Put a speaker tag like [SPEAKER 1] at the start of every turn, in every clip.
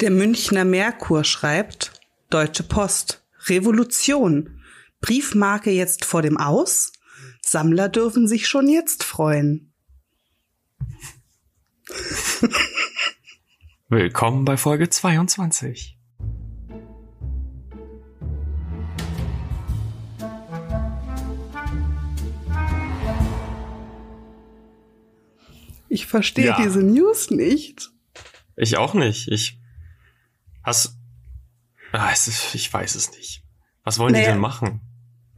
[SPEAKER 1] Der Münchner Merkur schreibt Deutsche Post. Revolution. Briefmarke jetzt vor dem Aus? Sammler dürfen sich schon jetzt freuen.
[SPEAKER 2] Willkommen bei Folge 22.
[SPEAKER 1] Ich verstehe
[SPEAKER 2] Ja.
[SPEAKER 1] diese News nicht.
[SPEAKER 2] Ich auch nicht. Ich. Hast. Ah, es ist, ich weiß es nicht. Was wollen die
[SPEAKER 1] Naja.
[SPEAKER 2] denn machen?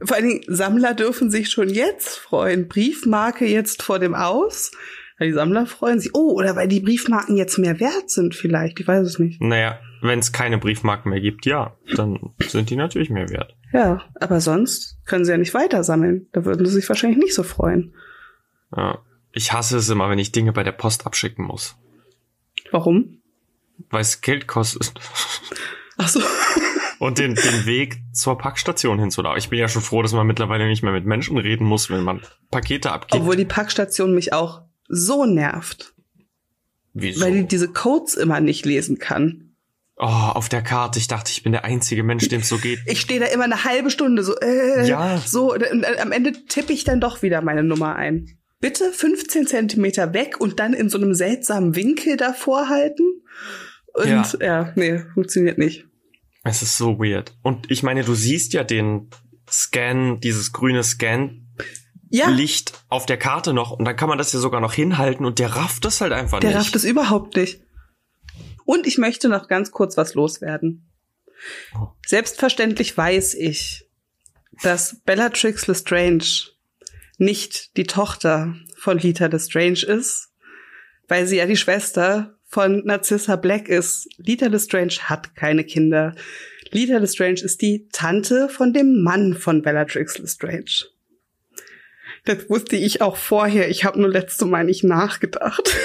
[SPEAKER 1] Vor allen Dingen, Sammler dürfen sich schon jetzt freuen. Briefmarke jetzt vor dem Aus? Ja, Die Sammler freuen sich. Oh, oder weil die Briefmarken jetzt mehr wert sind vielleicht. Ich weiß es nicht.
[SPEAKER 2] Naja, wenn es keine Briefmarken mehr gibt, ja, dann sind die natürlich mehr wert.
[SPEAKER 1] Ja, aber sonst können sie ja nicht weiter sammeln. Da würden sie sich wahrscheinlich nicht so freuen.
[SPEAKER 2] Ja. Ich hasse es immer, wenn ich Dinge bei der Post abschicken muss.
[SPEAKER 1] Warum?
[SPEAKER 2] Weil es Geld kostet.
[SPEAKER 1] Ach so.
[SPEAKER 2] Und den, den Weg zur Packstation hinzulaufen. Ich bin ja schon froh, dass man mittlerweile nicht mehr mit Menschen reden muss, wenn man Pakete abgibt.
[SPEAKER 1] Obwohl die Packstation mich auch so nervt,
[SPEAKER 2] Wieso?
[SPEAKER 1] weil die diese Codes immer nicht lesen kann.
[SPEAKER 2] oh, auf der Karte. Ich dachte, ich bin der einzige Mensch, dem es so geht.
[SPEAKER 1] Ich stehe da immer eine halbe Stunde so, äh,
[SPEAKER 2] Ja.
[SPEAKER 1] so, und, äh, am Ende tippe ich dann doch wieder meine Nummer ein. Bitte 15 Zentimeter weg und dann in so einem seltsamen Winkel davor halten. Und ja,
[SPEAKER 2] Ja.
[SPEAKER 1] nee, funktioniert nicht.
[SPEAKER 2] Es ist so weird. Und ich meine, du siehst ja den Scan, dieses grüne Scan-Licht
[SPEAKER 1] Ja,
[SPEAKER 2] auf der Karte noch. Und dann kann man das ja sogar noch hinhalten und der rafft es halt einfach
[SPEAKER 1] der
[SPEAKER 2] nicht.
[SPEAKER 1] rafft es überhaupt nicht. Und ich möchte noch ganz kurz was loswerden.
[SPEAKER 2] Oh.
[SPEAKER 1] Selbstverständlich weiß ich, dass Bellatrix Lestrange nicht die Tochter von Lita Lestrange ist, weil sie ja die Schwester von Narcissa Black ist. Lita Lestrange hat keine Kinder. Lita Lestrange ist die Tante von dem Mann von Bellatrix Lestrange. Das wusste ich auch vorher. Ich habe nur letzte Mal nicht nachgedacht.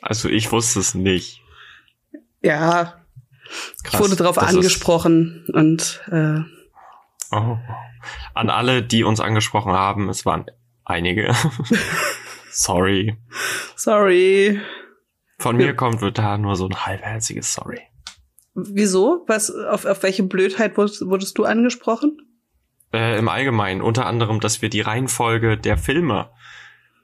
[SPEAKER 2] Also ich wusste es nicht.
[SPEAKER 1] ja, ich wurde darauf
[SPEAKER 2] das ist-
[SPEAKER 1] angesprochen und äh,
[SPEAKER 2] Oh. An alle, die uns angesprochen haben, es waren einige. Sorry.
[SPEAKER 1] sorry.
[SPEAKER 2] Von
[SPEAKER 1] Ja.
[SPEAKER 2] mir kommt da nur so ein halbherziges Sorry.
[SPEAKER 1] Wieso? Was? Auf, auf welche Blödheit wurdest, wurdest du angesprochen?
[SPEAKER 2] Äh, Im Allgemeinen, unter anderem, dass wir die Reihenfolge der Filme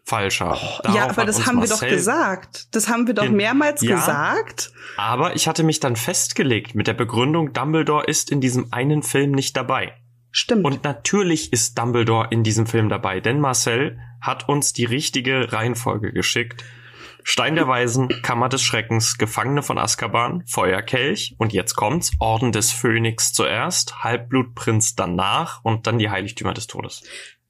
[SPEAKER 2] falsch haben.
[SPEAKER 1] ja,
[SPEAKER 2] Darauf
[SPEAKER 1] aber
[SPEAKER 2] hat
[SPEAKER 1] das
[SPEAKER 2] uns
[SPEAKER 1] haben wir doch
[SPEAKER 2] Marcel-
[SPEAKER 1] gesagt. Das haben wir doch
[SPEAKER 2] Den-
[SPEAKER 1] mehrmals
[SPEAKER 2] Ja.
[SPEAKER 1] gesagt.
[SPEAKER 2] Aber ich hatte mich dann festgelegt mit der Begründung, Dumbledore ist in diesem einen Film nicht dabei.
[SPEAKER 1] Stimmt.
[SPEAKER 2] Und natürlich ist Dumbledore in diesem Film dabei, denn Marcel hat uns die richtige Reihenfolge geschickt. Stein der Weisen, Kammer des Schreckens, Gefangene von Azkaban, Feuerkelch und jetzt kommt's, Orden des Phönix zuerst, Halbblutprinz danach und dann die Heiligtümer des Todes.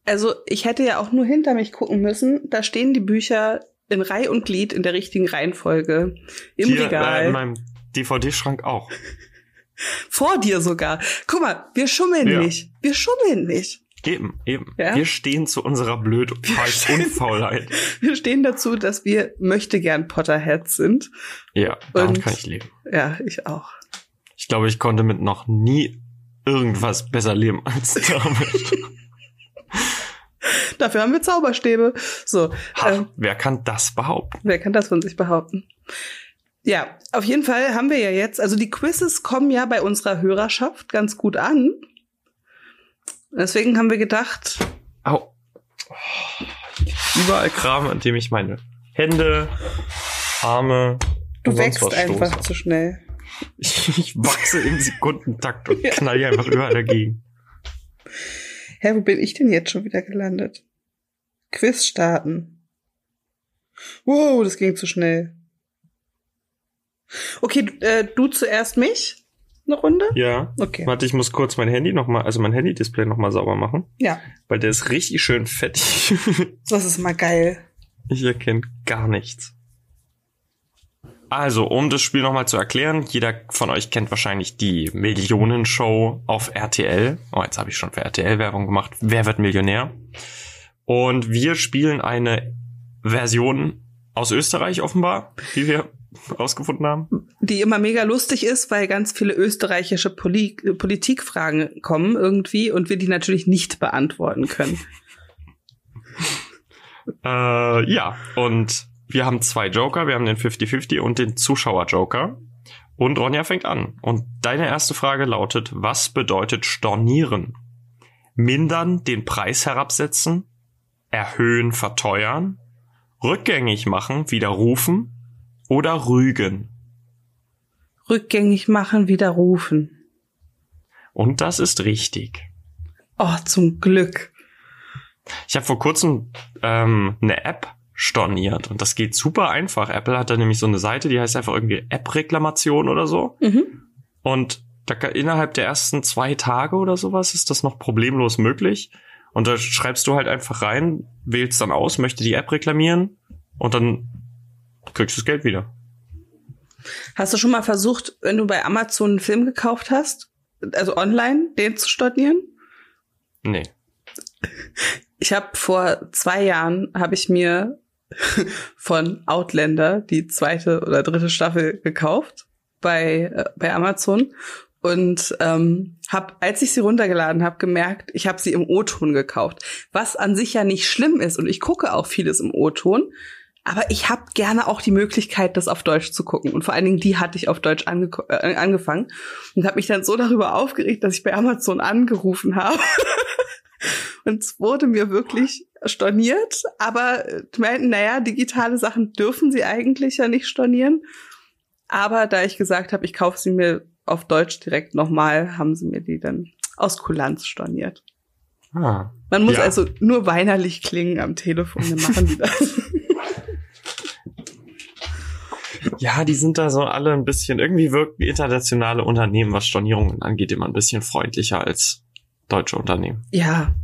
[SPEAKER 1] also ich hätte ja auch nur hinter mich gucken müssen. Da stehen die Bücher in Reih und Glied in der richtigen Reihenfolge im
[SPEAKER 2] Hier,
[SPEAKER 1] Regal.
[SPEAKER 2] Äh, in meinem DVD-Schrank auch.
[SPEAKER 1] Vor dir sogar. Guck mal, wir schummeln
[SPEAKER 2] Ja.
[SPEAKER 1] nicht. Wir schummeln nicht.
[SPEAKER 2] Eben, eben.
[SPEAKER 1] Ja.
[SPEAKER 2] Wir stehen zu unserer Blödheit
[SPEAKER 1] stehen-
[SPEAKER 2] und Faulheit.
[SPEAKER 1] Wir stehen dazu, dass wir möchte gern Potterheads sind.
[SPEAKER 2] Ja, damit
[SPEAKER 1] Und-
[SPEAKER 2] kann ich leben.
[SPEAKER 1] Ja, ich auch.
[SPEAKER 2] Ich glaube, ich konnte mit noch nie irgendwas besser leben als damit.
[SPEAKER 1] Dafür haben wir Zauberstäbe. So,
[SPEAKER 2] ha,
[SPEAKER 1] Ähm.
[SPEAKER 2] Wer kann das behaupten?
[SPEAKER 1] wer kann das von sich behaupten? Ja, auf jeden Fall haben wir ja jetzt, also die Quizzes kommen ja bei unserer Hörerschaft ganz gut an. Deswegen haben wir gedacht,
[SPEAKER 2] Au. Überall Kram, an dem ich meine Hände, Arme,
[SPEAKER 1] du
[SPEAKER 2] und sonst
[SPEAKER 1] wächst
[SPEAKER 2] was stoße.
[SPEAKER 1] einfach zu schnell.
[SPEAKER 2] Ich, ich wachse im Sekundentakt und
[SPEAKER 1] Ja.
[SPEAKER 2] knall hier einfach überall dagegen.
[SPEAKER 1] Hä, wo bin ich denn jetzt schon wieder gelandet? Quiz starten. Wow, das ging zu schnell. Okay, du, äh, du zuerst mich? Eine Runde?
[SPEAKER 2] Ja.
[SPEAKER 1] Okay.
[SPEAKER 2] Warte, ich muss kurz mein Handy nochmal, also mein Handy-Display nochmal sauber machen,
[SPEAKER 1] Ja,
[SPEAKER 2] weil der ist richtig schön fettig.
[SPEAKER 1] das ist mal geil.
[SPEAKER 2] Ich erkenne gar nichts. Also, um das Spiel nochmal zu erklären, jeder von euch kennt wahrscheinlich die Millionenshow auf RTL. Oh, jetzt habe ich schon für RTL Werbung gemacht. Wer wird Millionär? Und wir spielen eine Version aus Österreich offenbar, die wir rausgefunden haben.
[SPEAKER 1] Die immer mega lustig ist, weil ganz viele österreichische Poli äh, Politikfragen kommen irgendwie und wir die natürlich nicht beantworten können.
[SPEAKER 2] Äh, ja, und wir haben zwei Joker. Wir haben den 50-50 und den Zuschauer-Joker. Und Ronja fängt an. Und deine erste Frage lautet, was bedeutet stornieren? Mindern, den Preis herabsetzen, erhöhen, verteuern, rückgängig machen, widerrufen oder rügen?
[SPEAKER 1] Rückgängig machen, widerrufen.
[SPEAKER 2] Und das ist richtig.
[SPEAKER 1] Oh, zum Glück.
[SPEAKER 2] Ich habe vor kurzem ähm, eine App storniert und das geht super einfach. Apple hat da nämlich so eine Seite, die heißt einfach irgendwie App-Reklamation oder so.
[SPEAKER 1] Mhm.
[SPEAKER 2] Und da, ka- innerhalb der ersten zwei Tage oder sowas ist das noch problemlos möglich. Und da schreibst du halt einfach rein, wählst dann aus, möchte die App reklamieren und dann kriegst du das Geld wieder.
[SPEAKER 1] Hast du schon mal versucht, wenn du bei Amazon einen Film gekauft hast, also online, den zu stornieren?
[SPEAKER 2] Nee.
[SPEAKER 1] Ich habe vor zwei Jahren habe ich mir von Outlander die zweite oder dritte Staffel gekauft bei äh, bei Amazon und ähm, habe, als ich sie runtergeladen habe, gemerkt, ich habe sie im O-Ton gekauft, was an sich ja nicht schlimm ist und ich gucke auch vieles im O-Ton, aber ich habe gerne auch die Möglichkeit, das auf Deutsch zu gucken und vor allen Dingen die hatte ich auf Deutsch ange äh, angefangen und habe mich dann so darüber aufgeregt, dass ich bei Amazon angerufen habe. Und es wurde mir wirklich storniert, aber äh, die meinten, naja, digitale Sachen dürfen sie eigentlich ja nicht stornieren. Aber da ich gesagt habe, ich kaufe sie mir auf Deutsch direkt nochmal, haben sie mir die dann aus Kulanz storniert.
[SPEAKER 2] Ah.
[SPEAKER 1] Man muss
[SPEAKER 2] Ja.
[SPEAKER 1] also nur weinerlich klingen am Telefon, dann machen die das.
[SPEAKER 2] Ja, die sind da so alle ein bisschen, irgendwie wirken internationale Unternehmen, was Stornierungen angeht, immer ein bisschen freundlicher als deutsche Unternehmen.
[SPEAKER 1] ja.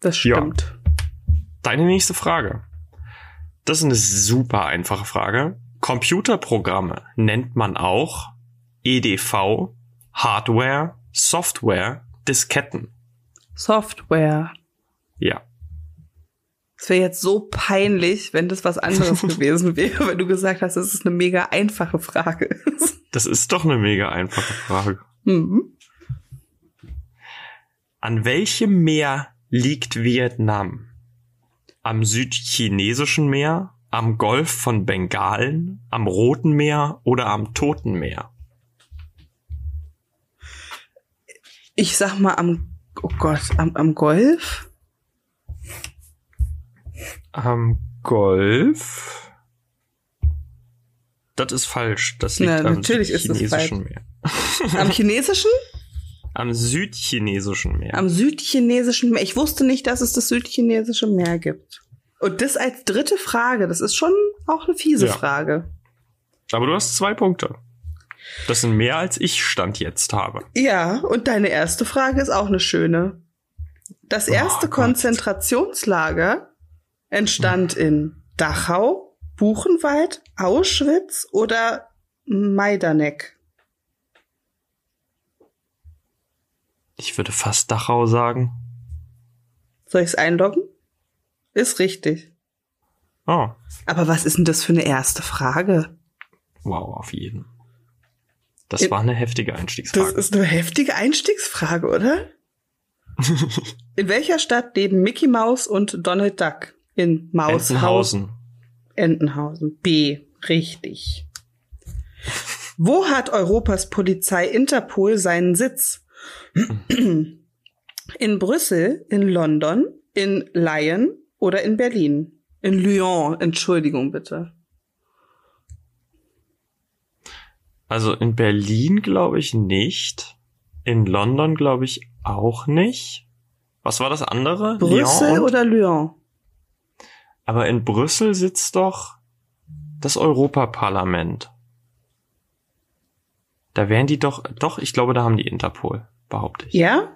[SPEAKER 1] Das
[SPEAKER 2] Ja.
[SPEAKER 1] stimmt.
[SPEAKER 2] Deine nächste Frage. Das ist eine super einfache Frage. Computerprogramme nennt man auch EDV, Hardware, Software, Disketten.
[SPEAKER 1] Software.
[SPEAKER 2] Ja.
[SPEAKER 1] Es wäre jetzt so peinlich, wenn das was anderes gewesen wäre, weil du gesagt hast, es ist eine mega einfache Frage.
[SPEAKER 2] Das ist doch eine mega einfache Frage.
[SPEAKER 1] hm.
[SPEAKER 2] An welchem Meer liegt Vietnam? Am südchinesischen Meer, am Golf von Bengalen, am Roten Meer oder am Toten Meer?
[SPEAKER 1] ich sag mal am, oh Gott, am, am Golf?
[SPEAKER 2] Am Golf? Das ist falsch. Das liegt
[SPEAKER 1] Na,
[SPEAKER 2] am
[SPEAKER 1] natürlich ist das
[SPEAKER 2] südchinesischen Meer.
[SPEAKER 1] Am chinesischen?
[SPEAKER 2] Am südchinesischen Meer.
[SPEAKER 1] Am südchinesischen Meer. Ich wusste nicht, dass es das südchinesische Meer gibt. Und das als dritte Frage, das ist schon auch eine fiese
[SPEAKER 2] Ja.
[SPEAKER 1] Frage.
[SPEAKER 2] Aber du hast zwei Punkte. Das sind mehr als ich Stand jetzt habe.
[SPEAKER 1] Ja, und deine erste Frage ist auch eine schöne. Das
[SPEAKER 2] Oh
[SPEAKER 1] erste
[SPEAKER 2] Gott.
[SPEAKER 1] Konzentrationslager entstand in Dachau, Buchenwald, Auschwitz oder Majdanek.
[SPEAKER 2] Ich würde fast Dachau sagen.
[SPEAKER 1] Soll ich es einloggen? Ist richtig.
[SPEAKER 2] Oh,
[SPEAKER 1] Aber was ist denn das für eine erste Frage?
[SPEAKER 2] wow, auf jeden. Das
[SPEAKER 1] In-
[SPEAKER 2] war eine heftige
[SPEAKER 1] Das
[SPEAKER 2] Einstiegsfrage.
[SPEAKER 1] ist eine heftige Einstiegsfrage, oder? In welcher Stadt leben Mickey Mouse und Donald Duck? In Maushaus
[SPEAKER 2] Entenhausen.
[SPEAKER 1] Entenhausen. B. Richtig. Wo hat Europas Polizei Interpol seinen Sitz? In Brüssel, in London, in Lyon oder in Berlin? In Lyon, Entschuldigung bitte.
[SPEAKER 2] Also in Berlin glaube ich nicht. In London glaube ich auch nicht. Was war das andere?
[SPEAKER 1] Brüssel
[SPEAKER 2] Lyon und-
[SPEAKER 1] oder Lyon?
[SPEAKER 2] Aber in Brüssel sitzt doch das Europaparlament. Da wären die doch, doch, ich glaube, da haben die Interpol, behaupte ich.
[SPEAKER 1] Ja?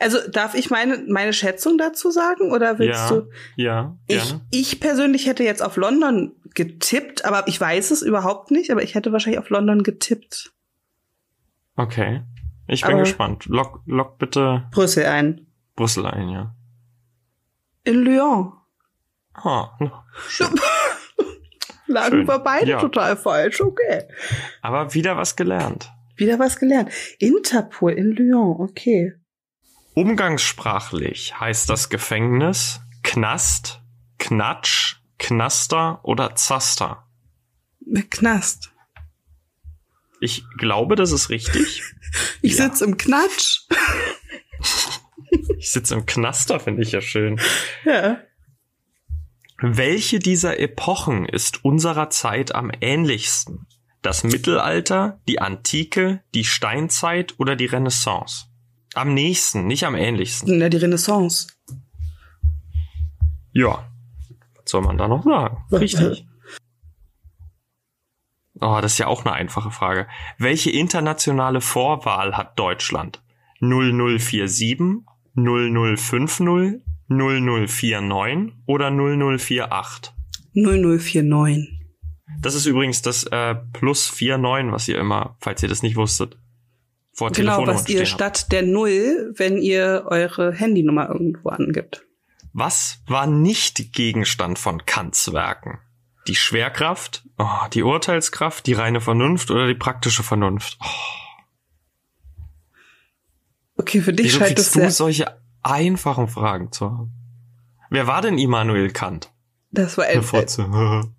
[SPEAKER 1] Also darf ich meine, meine Schätzung dazu sagen oder willst
[SPEAKER 2] ja,
[SPEAKER 1] du?
[SPEAKER 2] ja,
[SPEAKER 1] Ich,
[SPEAKER 2] gerne.
[SPEAKER 1] ich persönlich hätte jetzt auf London getippt, aber ich weiß es überhaupt nicht, aber ich hätte wahrscheinlich auf London getippt.
[SPEAKER 2] Okay. Ich bin
[SPEAKER 1] Aber-
[SPEAKER 2] gespannt. Lock, lock bitte
[SPEAKER 1] Brüssel ein.
[SPEAKER 2] Brüssel ein, ja.
[SPEAKER 1] In Lyon.
[SPEAKER 2] Ah,
[SPEAKER 1] Lagen
[SPEAKER 2] Schön.
[SPEAKER 1] wir beide
[SPEAKER 2] Ja.
[SPEAKER 1] total falsch, okay.
[SPEAKER 2] aber wieder was gelernt.
[SPEAKER 1] Wieder was gelernt. Interpol in Lyon, okay.
[SPEAKER 2] Umgangssprachlich heißt das Gefängnis Knast, Knatsch, Knaster oder Zaster.
[SPEAKER 1] Knast.
[SPEAKER 2] Ich glaube, das ist richtig.
[SPEAKER 1] Ich
[SPEAKER 2] Ja.
[SPEAKER 1] sitz im Knatsch.
[SPEAKER 2] Ich sitze im Knaster, finde ich ja schön.
[SPEAKER 1] Ja.
[SPEAKER 2] Welche dieser Epochen ist unserer Zeit am ähnlichsten? Das Mittelalter, die Antike, die Steinzeit oder die Renaissance? Am nächsten, nicht am ähnlichsten.
[SPEAKER 1] Na, die Renaissance.
[SPEAKER 2] Ja. Was soll man da noch sagen? Richtig. Oh, das ist ja auch eine einfache Frage. Welche internationale Vorwahl hat Deutschland? 0047, 0050, 0049 oder 0048?
[SPEAKER 1] 0049.
[SPEAKER 2] Das ist übrigens das äh, plus 49, was ihr immer, falls ihr das nicht wusstet, vor
[SPEAKER 1] Genau,
[SPEAKER 2] Telefonnummern
[SPEAKER 1] was ihr
[SPEAKER 2] stehen habt.
[SPEAKER 1] statt der Null, wenn ihr eure Handynummer irgendwo angibt.
[SPEAKER 2] Was war nicht Gegenstand von Kants Werken? Die Schwerkraft, oh, die Urteilskraft, die reine Vernunft oder die praktische Vernunft? Oh,
[SPEAKER 1] Okay, für dich
[SPEAKER 2] wieso
[SPEAKER 1] scheint es
[SPEAKER 2] kriegst du
[SPEAKER 1] sehr.
[SPEAKER 2] solche einfachen Fragen zu haben? Wer war denn Immanuel Kant?
[SPEAKER 1] Das war ein,
[SPEAKER 2] Eine Fotze.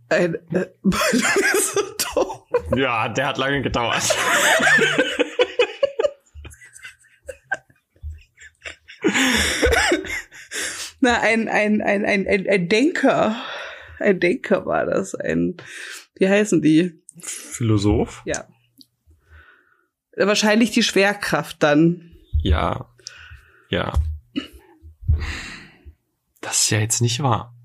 [SPEAKER 1] ein, äh, du bist so dumm.
[SPEAKER 2] ja, der hat lange gedauert.
[SPEAKER 1] Na, ein, ein, ein, ein, ein, ein Denker. Ein Denker war das. Ein, wie heißen die?
[SPEAKER 2] Philosoph?
[SPEAKER 1] Ja. Wahrscheinlich die Schwerkraft dann.
[SPEAKER 2] Ja. Ja. Das ist ja jetzt nicht wahr.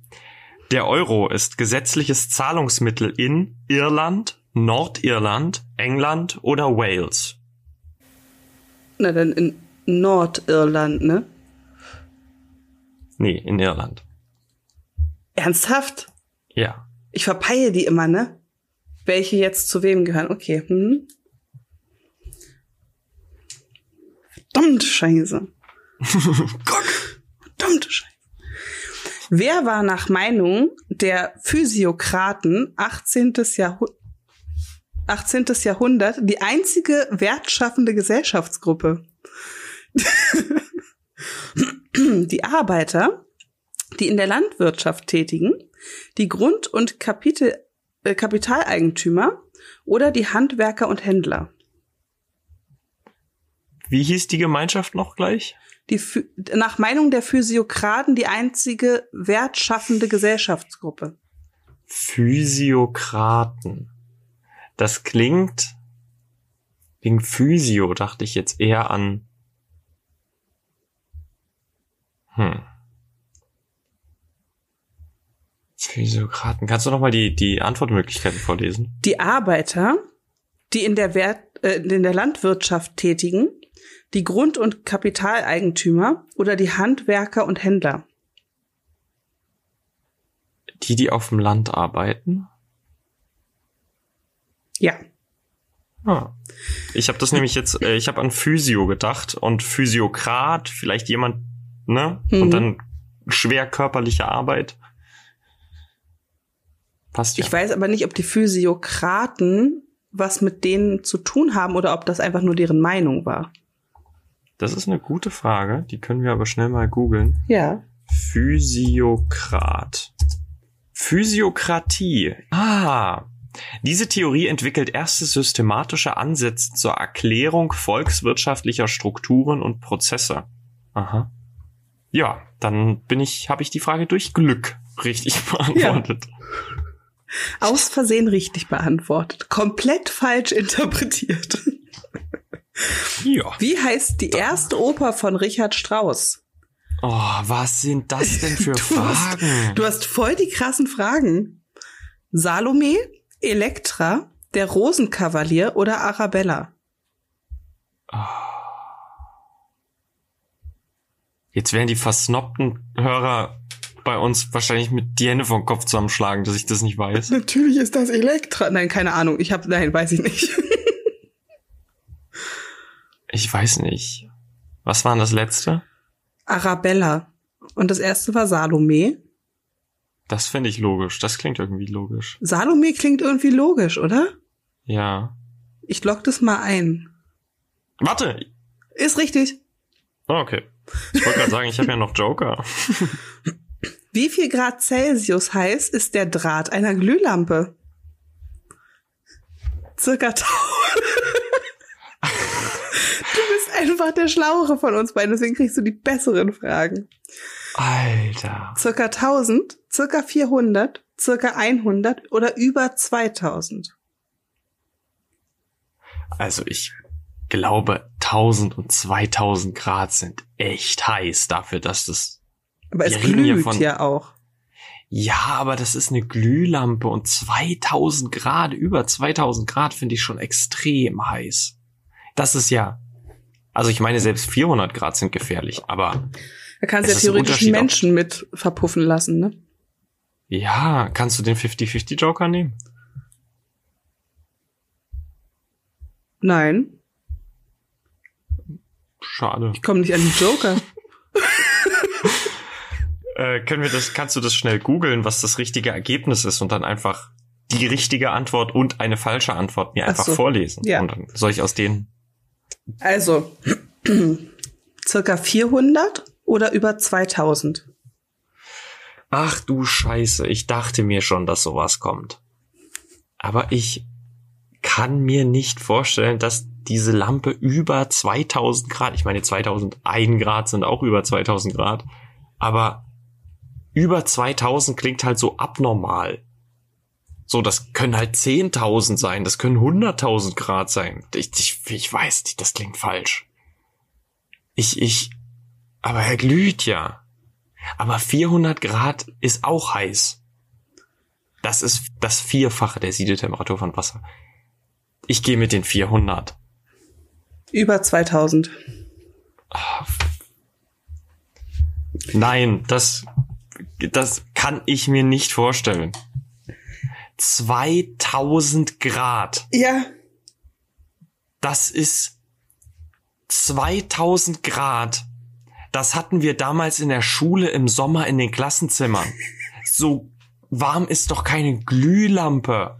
[SPEAKER 2] Der Euro ist gesetzliches Zahlungsmittel in Irland, Nordirland, England oder Wales.
[SPEAKER 1] Na, dann in Nordirland, ne?
[SPEAKER 2] Nee, in Irland.
[SPEAKER 1] Ernsthaft?
[SPEAKER 2] Ja.
[SPEAKER 1] Ich verpeile die immer, ne? Welche jetzt zu wem gehören. Okay. Hm. Verdammt Scheiße.
[SPEAKER 2] Guck.
[SPEAKER 1] Verdammte Scheiße. Wer war nach Meinung der Physiokraten 18. Jahrhundert, 18. Jahrhundert die einzige wertschaffende Gesellschaftsgruppe? die Arbeiter, die in der Landwirtschaft tätigen, die Grund- und Kapitel, äh, Kapitaleigentümer oder die Handwerker und Händler?
[SPEAKER 2] Wie hieß die Gemeinschaft noch gleich?
[SPEAKER 1] Die, Phy- nach Meinung der Physiokraten die einzige wertschaffende Gesellschaftsgruppe.
[SPEAKER 2] Physiokraten. Das klingt wegen Physio dachte ich jetzt eher an. Hm. Physiokraten. Kannst du noch mal die die Antwortmöglichkeiten vorlesen?
[SPEAKER 1] die Arbeiter, die in der, Wert, äh, in der Landwirtschaft tätigen, die Grund- und Kapitaleigentümer oder die Handwerker und Händler.
[SPEAKER 2] Die die auf dem Land arbeiten.
[SPEAKER 1] Ja,
[SPEAKER 2] Ah. Ich habe das nämlich jetzt. Äh, ich habe an Physio gedacht und Physiokrat vielleicht jemand ne
[SPEAKER 1] Mhm.
[SPEAKER 2] und dann schwer körperliche Arbeit. Passt ja.
[SPEAKER 1] ich weiß aber nicht, ob die Physiokraten was mit denen zu tun haben oder ob das einfach nur deren Meinung war.
[SPEAKER 2] Das ist eine gute Frage, die können wir aber schnell mal googeln.
[SPEAKER 1] Ja.
[SPEAKER 2] Physiokrat. Physiokratie. Ah. Diese Theorie entwickelt erste systematische Ansätze zur Erklärung volkswirtschaftlicher Strukturen und Prozesse. Aha. Ja, dann bin ich, habe ich die Frage durch Glück richtig beantwortet.
[SPEAKER 1] Aus Versehen richtig beantwortet. Komplett falsch interpretiert.
[SPEAKER 2] Ja.
[SPEAKER 1] Wie heißt die erste Oper von Richard Strauss?
[SPEAKER 2] Oh, was sind das denn für
[SPEAKER 1] Du hast-
[SPEAKER 2] Fragen?
[SPEAKER 1] Du hast voll die krassen Fragen. Salome, Elektra, der Rosenkavalier oder Arabella?
[SPEAKER 2] Jetzt werden die versnobten Hörer bei uns wahrscheinlich mit die Hände vom Kopf zusammenschlagen, dass ich das nicht weiß.
[SPEAKER 1] Natürlich ist das Elektra. Nein, keine Ahnung. Ich habe, nein, weiß ich nicht.
[SPEAKER 2] Ich weiß nicht. Was war denn das letzte?
[SPEAKER 1] Arabella. Und das erste war Salome.
[SPEAKER 2] Das finde ich logisch. Das klingt irgendwie logisch.
[SPEAKER 1] Salome klingt irgendwie logisch, oder?
[SPEAKER 2] Ja.
[SPEAKER 1] Ich log das mal ein.
[SPEAKER 2] Warte!
[SPEAKER 1] Ist richtig.
[SPEAKER 2] Oh, okay. Ich wollte gerade sagen, ich habe ja noch Joker.
[SPEAKER 1] Wie viel Grad Celsius heiß ist der Draht einer Glühlampe? Zirkertau. du bist einfach der Schlauere von uns beiden, deswegen kriegst du die besseren Fragen.
[SPEAKER 2] Alter.
[SPEAKER 1] Circa 1000, circa 400, circa 100 oder über 2000.
[SPEAKER 2] Also ich glaube, 1000 und 2000 Grad sind echt heiß dafür, dass das...
[SPEAKER 1] Aber es
[SPEAKER 2] Wir reden hier
[SPEAKER 1] glüht
[SPEAKER 2] von-
[SPEAKER 1] ja auch.
[SPEAKER 2] Ja, aber das ist eine Glühlampe und 2000 Grad, über 2000 Grad finde ich schon extrem heiß. Das ist ja... Also ich meine, selbst 400 Grad sind gefährlich, aber
[SPEAKER 1] Da kannst du ja
[SPEAKER 2] Es ist ein
[SPEAKER 1] theoretisch
[SPEAKER 2] Unterschied, ob-
[SPEAKER 1] Menschen mit verpuffen lassen, ne?
[SPEAKER 2] ja, kannst du den 50-50 Joker nehmen?
[SPEAKER 1] Nein,
[SPEAKER 2] Schade.
[SPEAKER 1] ich komme nicht an den Joker.
[SPEAKER 2] Äh, können wir das, kannst du das schnell googeln, was das richtige Ergebnis ist und dann einfach die richtige Antwort und eine falsche Antwort mir
[SPEAKER 1] Ach
[SPEAKER 2] einfach
[SPEAKER 1] so.
[SPEAKER 2] vorlesen?
[SPEAKER 1] Ja.
[SPEAKER 2] Und dann soll ich aus denen.
[SPEAKER 1] Also, circa 400 oder über 2000.
[SPEAKER 2] Ach du Scheiße, ich dachte mir schon, dass sowas kommt. Aber ich kann mir nicht vorstellen, dass diese Lampe über 2000 Grad, ich meine 2001 Grad sind auch über 2000 Grad, aber über 2000 klingt halt so abnormal. So, das können halt 10.000 sein, das können 100.000 Grad sein. Ich, ich, ich weiß nicht, das klingt falsch. Ich, ich, aber er glüht ja. Aber 400 Grad ist auch heiß. Das ist das Vierfache der Siedetemperatur von Wasser. Ich gehe mit den 400.
[SPEAKER 1] Über 2000.
[SPEAKER 2] Nein, das, das kann ich mir nicht vorstellen. 2000 Grad.
[SPEAKER 1] Ja,
[SPEAKER 2] Das ist 2000 Grad. Das hatten wir damals in der Schule im Sommer in den Klassenzimmern. So warm ist doch keine Glühlampe.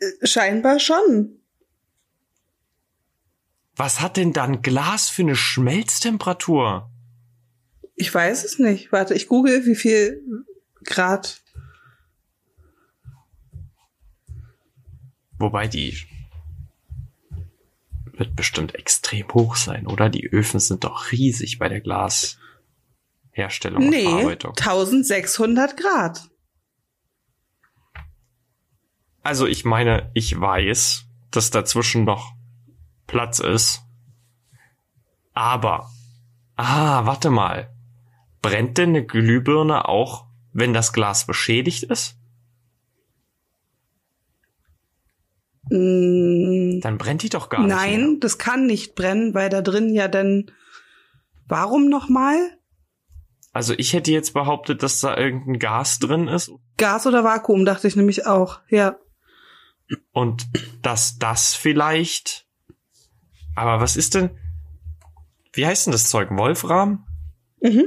[SPEAKER 1] äh, scheinbar schon.
[SPEAKER 2] Was hat denn dann Glas für eine Schmelztemperatur?
[SPEAKER 1] Ich weiß es nicht. Warte, ich google, wie viel Grad.
[SPEAKER 2] Wobei die wird bestimmt extrem hoch sein, oder? Die Öfen sind doch riesig bei der Glasherstellung und
[SPEAKER 1] Nee,
[SPEAKER 2] Verarbeitung.
[SPEAKER 1] 1600 Grad.
[SPEAKER 2] Also ich meine, ich weiß, dass dazwischen noch Platz ist. Aber, ah, warte mal. Brennt denn eine Glühbirne auch, wenn das Glas beschädigt ist?
[SPEAKER 1] Mm,
[SPEAKER 2] Dann brennt die doch gar nicht. mehr.
[SPEAKER 1] nein, das kann nicht brennen, weil da drin ja dann. Warum nochmal?
[SPEAKER 2] Also ich hätte jetzt behauptet, dass da irgendein Gas drin ist
[SPEAKER 1] Gas oder Vakuum, dachte ich nämlich auch. Ja.
[SPEAKER 2] und dass das vielleicht. Aber was ist denn? Wie heißt denn das Zeug? Wolfram?
[SPEAKER 1] Mhm.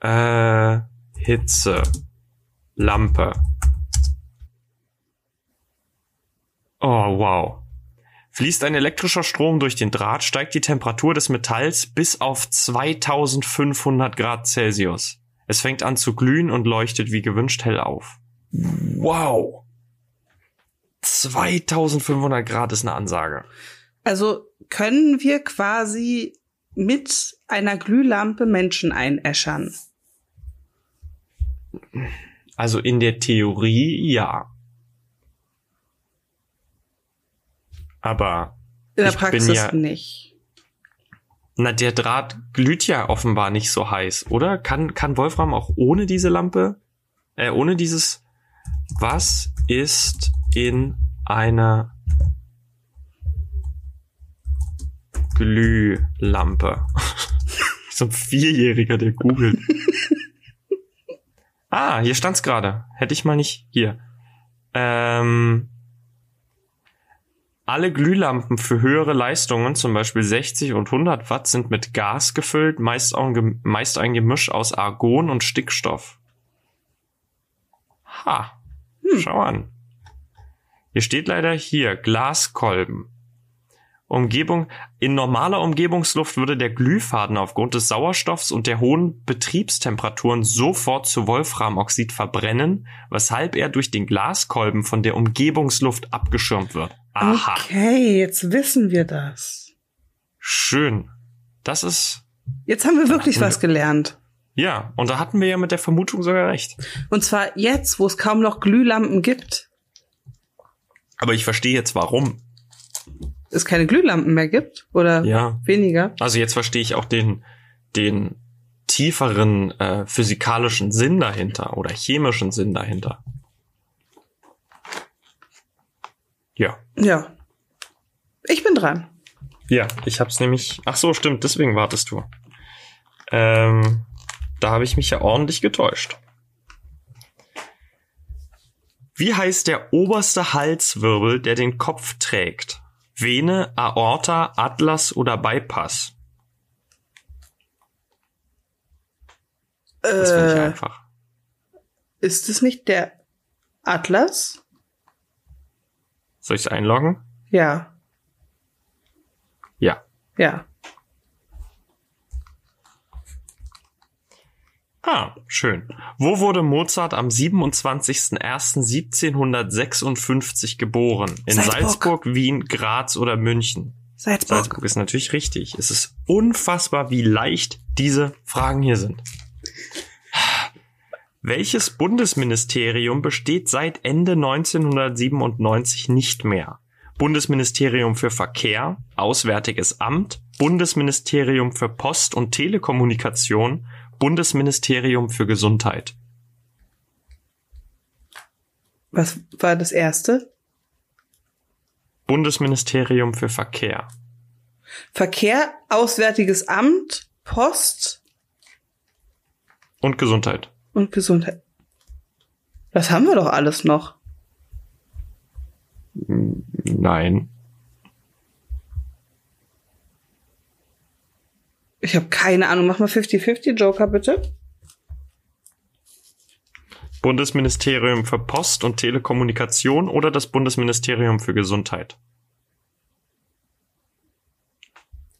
[SPEAKER 2] Äh, Hitze. Lampe. Oh, wow. Fließt ein elektrischer Strom durch den Draht, steigt die Temperatur des Metalls bis auf 2500 Grad Celsius. Es fängt an zu glühen und leuchtet wie gewünscht hell auf. Wow. 2500 Grad ist eine Ansage.
[SPEAKER 1] Also können wir quasi mit einer Glühlampe Menschen einäschern.
[SPEAKER 2] Also in der Theorie ja. Aber
[SPEAKER 1] In der
[SPEAKER 2] Ich bin
[SPEAKER 1] Praxis
[SPEAKER 2] ja-
[SPEAKER 1] nicht.
[SPEAKER 2] Na, der Draht glüht ja offenbar nicht so heiß, oder? Kann, kann Wolfram auch ohne diese Lampe, äh, ohne dieses, was ist in einer Glühlampe? so ein Vierjähriger, der googelt. ah, hier stand's gerade. Hätte ich mal nicht hier. Ähm, alle Glühlampen für höhere Leistungen, zum Beispiel 60 und 100 Watt, sind mit Gas gefüllt, meist, auch ein, Gem- meist ein Gemisch aus Argon und Stickstoff. Ha,
[SPEAKER 1] Hm.
[SPEAKER 2] schau an. Hier steht leider hier Glaskolben. Umgebung, in normaler Umgebungsluft würde der Glühfaden aufgrund des Sauerstoffs und der hohen Betriebstemperaturen sofort zu Wolframoxid verbrennen, weshalb er durch den Glaskolben von der Umgebungsluft abgeschirmt wird. Aha.
[SPEAKER 1] Okay, jetzt wissen wir das.
[SPEAKER 2] Schön. Das ist,
[SPEAKER 1] Jetzt haben wir wirklich was gelernt.
[SPEAKER 2] ja. Und da hatten wir ja mit der Vermutung sogar recht.
[SPEAKER 1] Und zwar jetzt, wo es kaum noch Glühlampen gibt,
[SPEAKER 2] Aber ich verstehe jetzt warum.
[SPEAKER 1] es keine Glühlampen mehr gibt oder
[SPEAKER 2] Ja.
[SPEAKER 1] weniger.
[SPEAKER 2] Also jetzt verstehe ich auch den, den tieferen äh, physikalischen Sinn dahinter oder chemischen Sinn dahinter. Ja.
[SPEAKER 1] Ja. Ich bin dran.
[SPEAKER 2] Ja, ich hab's nämlich. Ach so, stimmt, deswegen wartest du. Ähm, da habe ich mich ja ordentlich getäuscht. Wie heißt der oberste Halswirbel, der den Kopf trägt? Vene, Aorta, Atlas oder Bypass? Das finde ich
[SPEAKER 1] Äh,
[SPEAKER 2] einfach.
[SPEAKER 1] ist es nicht der Atlas?
[SPEAKER 2] Soll ich's einloggen?
[SPEAKER 1] Ja,
[SPEAKER 2] Ja.
[SPEAKER 1] ja.
[SPEAKER 2] Ah, schön. Wo wurde Mozart am 27.01.1756 geboren? In
[SPEAKER 1] Salzburg.
[SPEAKER 2] Salzburg. Wien, Graz oder München?
[SPEAKER 1] Salzburg.
[SPEAKER 2] Salzburg ist natürlich richtig. Es ist unfassbar, wie leicht diese Fragen hier sind. Welches Bundesministerium besteht seit Ende 1997 nicht mehr? Bundesministerium für Verkehr, Auswärtiges Amt, Bundesministerium für Post und Telekommunikation, Bundesministerium für Gesundheit.
[SPEAKER 1] Was war das erste?
[SPEAKER 2] Bundesministerium für Verkehr.
[SPEAKER 1] Verkehr, Auswärtiges Amt, Post
[SPEAKER 2] Und Gesundheit.
[SPEAKER 1] und Gesundheit. Das haben wir doch alles noch.
[SPEAKER 2] Nein.
[SPEAKER 1] Ich habe keine Ahnung. Mach mal 50-50 Joker bitte.
[SPEAKER 2] Bundesministerium für Post und Telekommunikation oder das Bundesministerium für Gesundheit?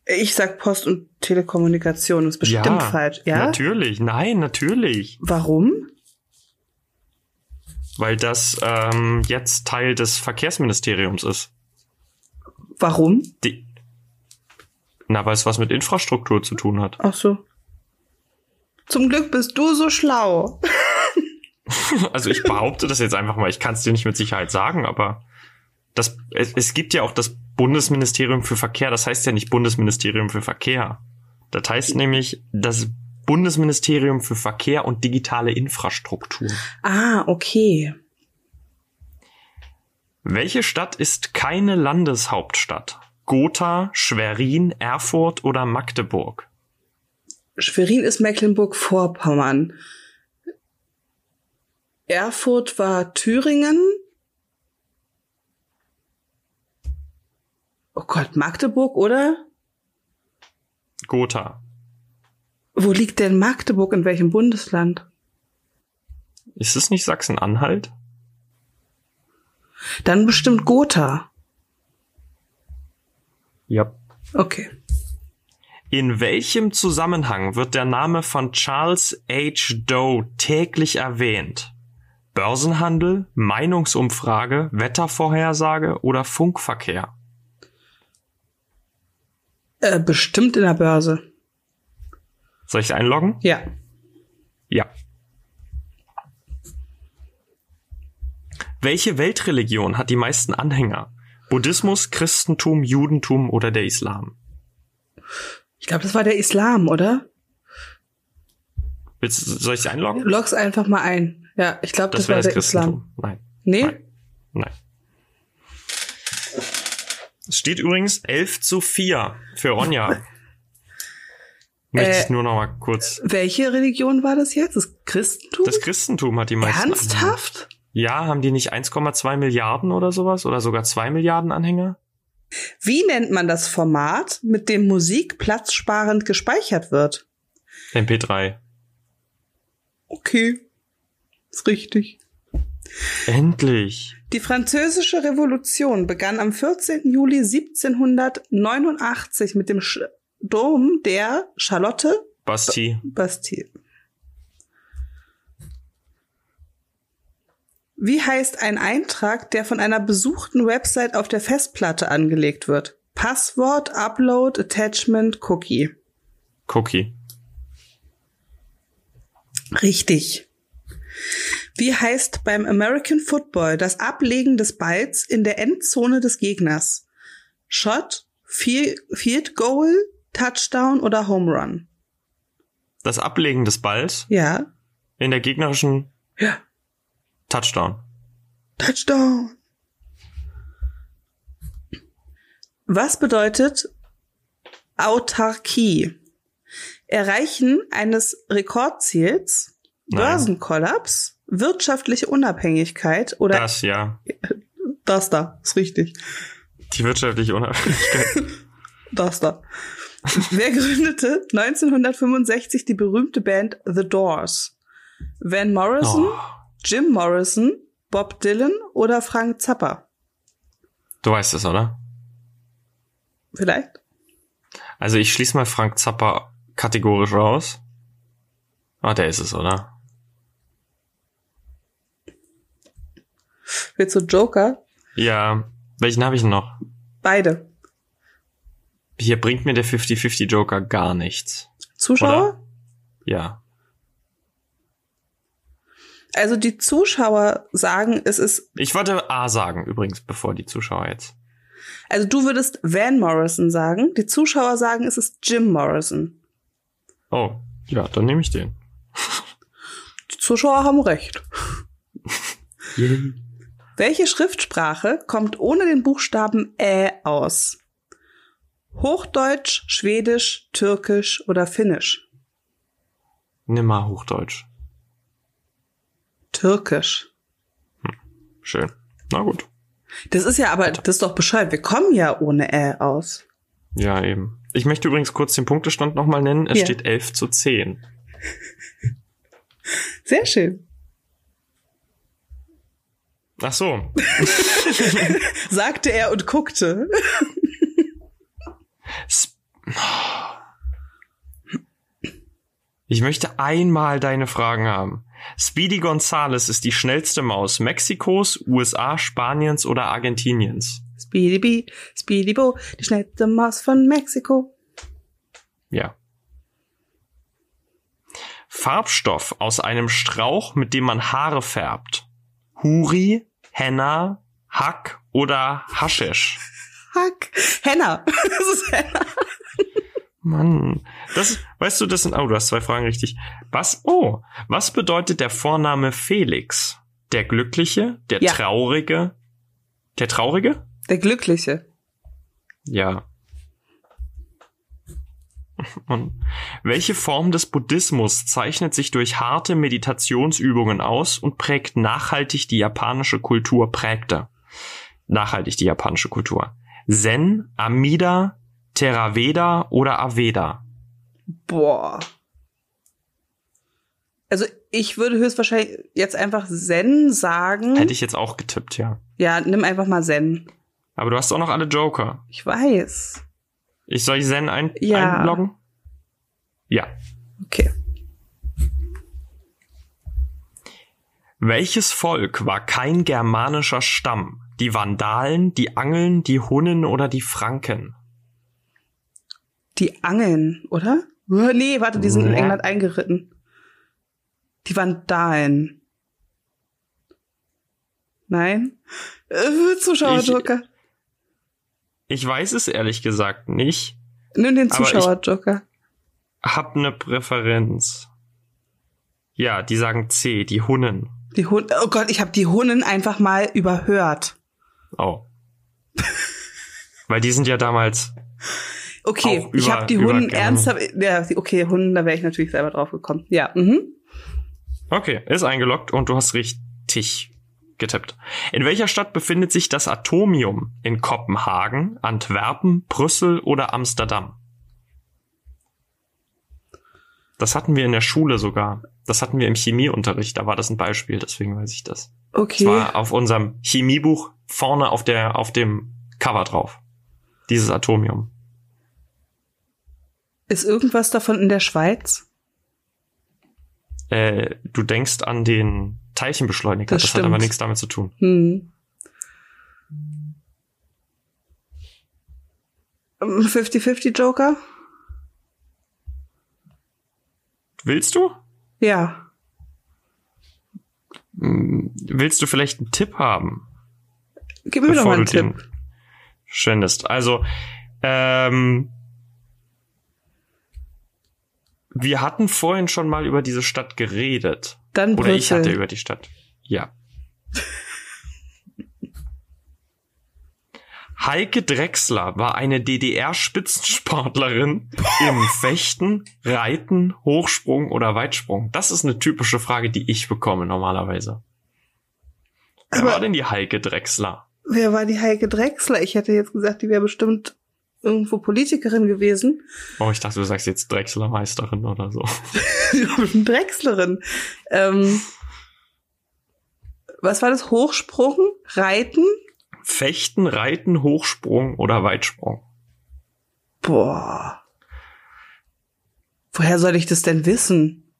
[SPEAKER 1] Ich sag Post und Telekommunikation. Das ist bestimmt falsch. Ja.
[SPEAKER 2] Natürlich, nein, natürlich.
[SPEAKER 1] Warum?
[SPEAKER 2] Weil das ähm, jetzt Teil des Verkehrsministeriums ist.
[SPEAKER 1] Warum?
[SPEAKER 2] Die Na, weil es was mit Infrastruktur zu tun hat.
[SPEAKER 1] Ach so. Zum Glück bist du so schlau.
[SPEAKER 2] Also ich behaupte das jetzt einfach mal. Ich kann es dir nicht mit Sicherheit sagen, aber das, es, es gibt ja auch das Bundesministerium für Verkehr. Das heißt ja nicht Bundesministerium für Verkehr. Das heißt nämlich das Bundesministerium für Verkehr und digitale Infrastruktur.
[SPEAKER 1] Ah, okay.
[SPEAKER 2] Welche Stadt ist keine Landeshauptstadt? Gotha, Schwerin, Erfurt oder Magdeburg?
[SPEAKER 1] Schwerin ist Mecklenburg-Vorpommern. Erfurt war Thüringen. Oh Gott, Magdeburg, oder?
[SPEAKER 2] Gotha.
[SPEAKER 1] Wo liegt denn Magdeburg? In welchem Bundesland?
[SPEAKER 2] Ist es nicht Sachsen-Anhalt?
[SPEAKER 1] Dann bestimmt Gotha.
[SPEAKER 2] Ja.
[SPEAKER 1] Okay.
[SPEAKER 2] In welchem Zusammenhang wird der Name von Charles H. Doe täglich erwähnt? Börsenhandel, Meinungsumfrage, Wettervorhersage oder Funkverkehr?
[SPEAKER 1] Äh, bestimmt in der Börse.
[SPEAKER 2] Soll ich einloggen?
[SPEAKER 1] Ja.
[SPEAKER 2] Ja. Welche Weltreligion hat die meisten Anhänger? Buddhismus, Christentum, Judentum oder der Islam?
[SPEAKER 1] Ich glaube, das war der Islam, oder?
[SPEAKER 2] Willst, soll ich einloggen?
[SPEAKER 1] Log's einfach mal ein. Ja, ich glaube, das,
[SPEAKER 2] Das wäre
[SPEAKER 1] war
[SPEAKER 2] das
[SPEAKER 1] der Islam.
[SPEAKER 2] Christentum. Nein.
[SPEAKER 1] Nee?
[SPEAKER 2] Nein. Nein. Es steht übrigens 11 zu 4 für Ronja. Möchte ich
[SPEAKER 1] Äh,
[SPEAKER 2] nur noch mal kurz.
[SPEAKER 1] Welche Religion war das jetzt? Das Christentum?
[SPEAKER 2] Das Christentum hat die meisten. Anhänger.
[SPEAKER 1] Ernsthaft?
[SPEAKER 2] Ja, haben die nicht 1,2 Milliarden oder sowas? Oder sogar 2 Milliarden Anhänger?
[SPEAKER 1] Wie nennt man das Format, mit dem Musik platzsparend gespeichert wird?
[SPEAKER 2] MP3.
[SPEAKER 1] Okay. Ist richtig.
[SPEAKER 2] Endlich.
[SPEAKER 1] Die französische Revolution begann am 14. Juli 1789 mit dem Sturm der Charlotte
[SPEAKER 2] Basti.
[SPEAKER 1] Bastille. Wie heißt ein Eintrag, der von einer besuchten Website auf der Festplatte angelegt wird? Passwort, Upload, Attachment, Cookie.
[SPEAKER 2] Cookie.
[SPEAKER 1] Richtig. Wie heißt beim American Football das Ablegen des Balls in der Endzone des Gegners? Shot, Fiel- Field Goal, Touchdown oder Home Run?
[SPEAKER 2] Das Ablegen des Balls
[SPEAKER 1] Ja.
[SPEAKER 2] in der gegnerischen
[SPEAKER 1] Ja.
[SPEAKER 2] Touchdown.
[SPEAKER 1] Touchdown. Was bedeutet Autarkie? Erreichen eines Rekordziels,
[SPEAKER 2] Nein.
[SPEAKER 1] Börsenkollaps, wirtschaftliche Unabhängigkeit oder
[SPEAKER 2] Das ja.
[SPEAKER 1] das da, ist richtig.
[SPEAKER 2] Die wirtschaftliche Unabhängigkeit.
[SPEAKER 1] Das da. Wer gründete 1965 die berühmte Band The Doors? Van Morrison,
[SPEAKER 2] oh,
[SPEAKER 1] Jim Morrison, Bob Dylan oder Frank Zappa?
[SPEAKER 2] du weißt es, oder?
[SPEAKER 1] Vielleicht?
[SPEAKER 2] Also ich schließe mal Frank Zappa kategorisch raus. Ah, der ist es, oder?
[SPEAKER 1] Willst du Joker?
[SPEAKER 2] Ja. Welchen habe ich noch?
[SPEAKER 1] Beide.
[SPEAKER 2] Hier bringt mir der 50-50 Joker gar nichts.
[SPEAKER 1] Zuschauer?
[SPEAKER 2] Ja.
[SPEAKER 1] Also die Zuschauer sagen, es ist,
[SPEAKER 2] Ich wollte A sagen, übrigens, bevor die Zuschauer jetzt.
[SPEAKER 1] also du würdest Van Morrison sagen, die Zuschauer sagen, es ist Jim Morrison.
[SPEAKER 2] Oh, ja, dann nehme ich den.
[SPEAKER 1] Die Zuschauer haben recht. Welche Schriftsprache kommt ohne den Buchstaben Ä aus? Hochdeutsch, Schwedisch, Türkisch oder Finnisch?
[SPEAKER 2] Nimm mal Hochdeutsch.
[SPEAKER 1] Türkisch.
[SPEAKER 2] Schön. Na gut.
[SPEAKER 1] Das ist ja aber, das ist doch bescheuert. Wir kommen ja ohne Ä aus.
[SPEAKER 2] Ja, eben. Ich möchte übrigens kurz den Punktestand nochmal nennen. Es
[SPEAKER 1] Ja.
[SPEAKER 2] steht 11 zu 10.
[SPEAKER 1] Sehr schön.
[SPEAKER 2] Ach so.
[SPEAKER 1] Sagte er und guckte.
[SPEAKER 2] S- Ich möchte einmal deine Fragen haben. Speedy Gonzales ist die schnellste Maus Mexikos, USA, Spaniens oder Argentiniens.
[SPEAKER 1] Speedy Bee, Speedy Bo, die schnellste Maus von Mexiko.
[SPEAKER 2] Ja. Farbstoff aus einem Strauch, mit dem man Haare färbt. Huri, Henna, Hack oder Haschisch.
[SPEAKER 1] Hack. Henna. Das ist Henna.
[SPEAKER 2] Mann, das, weißt du, das sind, oh, du hast zwei Fragen richtig. Was, oh, was bedeutet der Vorname Felix? Der Glückliche, der
[SPEAKER 1] Ja.
[SPEAKER 2] Traurige, der Traurige?
[SPEAKER 1] Der Glückliche.
[SPEAKER 2] Ja. Und welche Form des Buddhismus zeichnet sich durch harte Meditationsübungen aus und prägt nachhaltig die japanische Kultur, prägte nachhaltig die japanische Kultur? Zen, Amida, Theraveda oder Aveda?
[SPEAKER 1] Boah. Also ich würde höchstwahrscheinlich jetzt einfach Zen sagen.
[SPEAKER 2] Hätte ich jetzt auch getippt, ja.
[SPEAKER 1] Ja, nimm einfach mal Zen.
[SPEAKER 2] Aber du hast auch noch alle Joker.
[SPEAKER 1] Ich weiß.
[SPEAKER 2] Ich soll ich Zen ein
[SPEAKER 1] Ja.
[SPEAKER 2] einloggen? Ja.
[SPEAKER 1] Okay.
[SPEAKER 2] Welches Volk war kein germanischer Stamm? Die Vandalen, die Angeln, die Hunnen oder die Franken?
[SPEAKER 1] Die Angeln, oder? Äh, Nee, warte, die sind in
[SPEAKER 2] Ja.
[SPEAKER 1] England eingeritten. Die Vandalen. Nein? Äh, Zuschauer-Joker.
[SPEAKER 2] Ich weiß es ehrlich gesagt nicht.
[SPEAKER 1] Nimm den
[SPEAKER 2] aber ich-
[SPEAKER 1] Zuschauer-Joker.
[SPEAKER 2] Hab ne Präferenz. Ja, die sagen C, die Hunnen.
[SPEAKER 1] Die Hun oh Gott, ich habe die Hunnen einfach mal überhört.
[SPEAKER 2] Oh. Weil die sind ja damals.
[SPEAKER 1] Okay,
[SPEAKER 2] Auch
[SPEAKER 1] ich
[SPEAKER 2] über-
[SPEAKER 1] habe die
[SPEAKER 2] über
[SPEAKER 1] Hunden
[SPEAKER 2] German.
[SPEAKER 1] ernsthaft. Ja, okay, Hunden, da wäre ich natürlich selber drauf gekommen. Ja, mhm.
[SPEAKER 2] Okay, ist eingeloggt und du hast richtig getippt. In welcher Stadt befindet sich das Atomium? In Kopenhagen, Antwerpen, Brüssel oder Amsterdam? Das hatten wir in der Schule sogar. Das hatten wir im Chemieunterricht, da war das ein Beispiel, deswegen weiß ich das.
[SPEAKER 1] Okay.
[SPEAKER 2] Es war auf unserem Chemiebuch vorne auf der, auf dem Cover drauf. Dieses Atomium.
[SPEAKER 1] Ist irgendwas davon in der Schweiz?
[SPEAKER 2] Äh, du denkst an den Teilchenbeschleuniger.
[SPEAKER 1] Das
[SPEAKER 2] Das, hat aber
[SPEAKER 1] stimmt.
[SPEAKER 2] nichts damit zu tun.
[SPEAKER 1] Hm. Ähm, 50-50 Joker?
[SPEAKER 2] Willst du?
[SPEAKER 1] Ja.
[SPEAKER 2] Hm, Willst du vielleicht einen Tipp haben?
[SPEAKER 1] Gib mir doch mal einen Tipp.
[SPEAKER 2] den schwendest. Also, ähm, wir hatten vorhin schon mal über diese Stadt geredet.
[SPEAKER 1] Dann
[SPEAKER 2] Oder ich hatte
[SPEAKER 1] Brüssel.
[SPEAKER 2] über die Stadt. Ja. Heike Drechsler war eine DDR-Spitzensportlerin im Fechten, Reiten, Hochsprung oder Weitsprung. Das ist eine typische Frage, die ich bekomme normalerweise. Wer
[SPEAKER 1] Aber-
[SPEAKER 2] war denn die Heike Drechsler?
[SPEAKER 1] Wer war die Heike Drechsler? Ich hätte jetzt gesagt, die wäre bestimmt irgendwo Politikerin gewesen.
[SPEAKER 2] Oh, ich dachte, du sagst jetzt Drechslermeisterin oder so.
[SPEAKER 1] Die war bestimmt Drechslerin. Ähm, was war das? Hochsprung? Reiten?
[SPEAKER 2] Fechten, Reiten, Hochsprung oder Weitsprung.
[SPEAKER 1] Boah. Woher soll ich das denn wissen?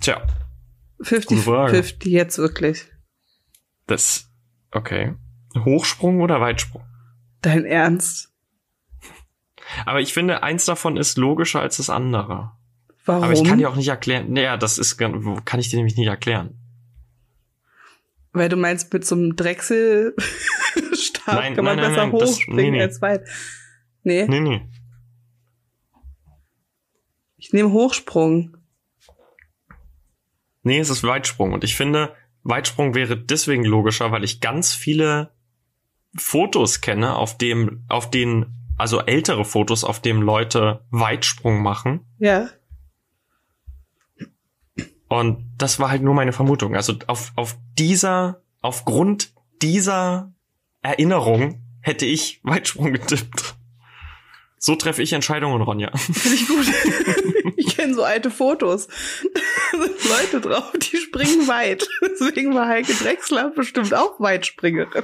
[SPEAKER 2] Tja,
[SPEAKER 1] 50,
[SPEAKER 2] Gute Frage.
[SPEAKER 1] 50 jetzt wirklich.
[SPEAKER 2] das. Okay. Hochsprung oder Weitsprung?
[SPEAKER 1] Dein Ernst?
[SPEAKER 2] Aber ich finde, eins davon ist logischer als das andere.
[SPEAKER 1] Warum?
[SPEAKER 2] Aber ich kann dir auch nicht erklären. Naja, das ist gan- kann ich dir nämlich nicht erklären.
[SPEAKER 1] Weil du meinst, mit so einem Drechselstab
[SPEAKER 2] Nein,
[SPEAKER 1] kann man
[SPEAKER 2] nein, nein,
[SPEAKER 1] besser
[SPEAKER 2] nein, das-
[SPEAKER 1] hochspringen
[SPEAKER 2] nee, nee.
[SPEAKER 1] als weit. Nee,
[SPEAKER 2] Nee, nee.
[SPEAKER 1] ich nehme Hochsprung.
[SPEAKER 2] Nee, es ist Weitsprung. Und ich finde, Weitsprung wäre deswegen logischer, weil ich ganz viele Fotos kenne, auf dem, auf denen, also ältere Fotos, auf dem Leute Weitsprung machen.
[SPEAKER 1] Ja.
[SPEAKER 2] Und das war halt nur meine Vermutung. Also auf, auf dieser, aufgrund dieser Erinnerung hätte ich Weitsprung getippt. So treffe ich Entscheidungen, Ronja.
[SPEAKER 1] Finde ich gut. ich kenne so alte Fotos. da sind Leute drauf, die springen weit. Deswegen war Heike Drechsler bestimmt auch Weitspringerin.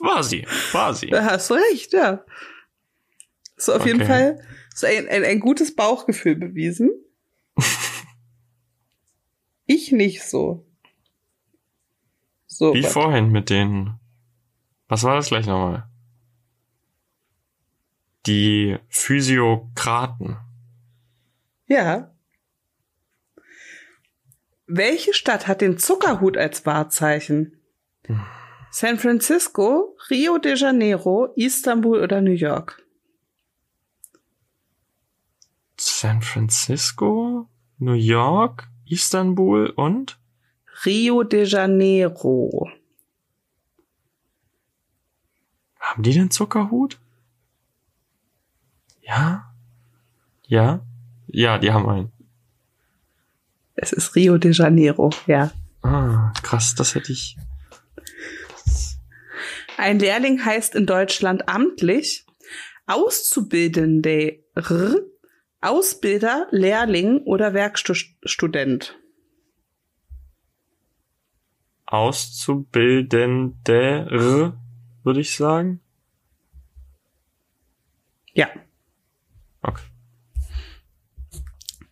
[SPEAKER 2] War sie, war sie.
[SPEAKER 1] Da hast du recht, ja. Ist auf jeden
[SPEAKER 2] Okay.
[SPEAKER 1] Fall ist ein, ein, ein gutes Bauchgefühl bewiesen. ich nicht so. So.
[SPEAKER 2] Wie
[SPEAKER 1] warte.
[SPEAKER 2] vorhin mit den. Was war das gleich nochmal? Die Physiokraten.
[SPEAKER 1] Ja. Welche Stadt hat den Zuckerhut als Wahrzeichen? San Francisco, Rio de Janeiro, Istanbul oder New York?
[SPEAKER 2] San Francisco, New York, Istanbul und
[SPEAKER 1] Rio de Janeiro.
[SPEAKER 2] haben die den Zuckerhut? Ja? Ja? Ja, die haben einen.
[SPEAKER 1] Es ist Rio de Janeiro, ja.
[SPEAKER 2] Ah, krass, das hätte ich.
[SPEAKER 1] Ein Lehrling heißt in Deutschland amtlich Auszubildende, R, Ausbilder, Lehrling oder Werkstudent.
[SPEAKER 2] Auszubildende, würde ich sagen.
[SPEAKER 1] Ja.
[SPEAKER 2] Okay.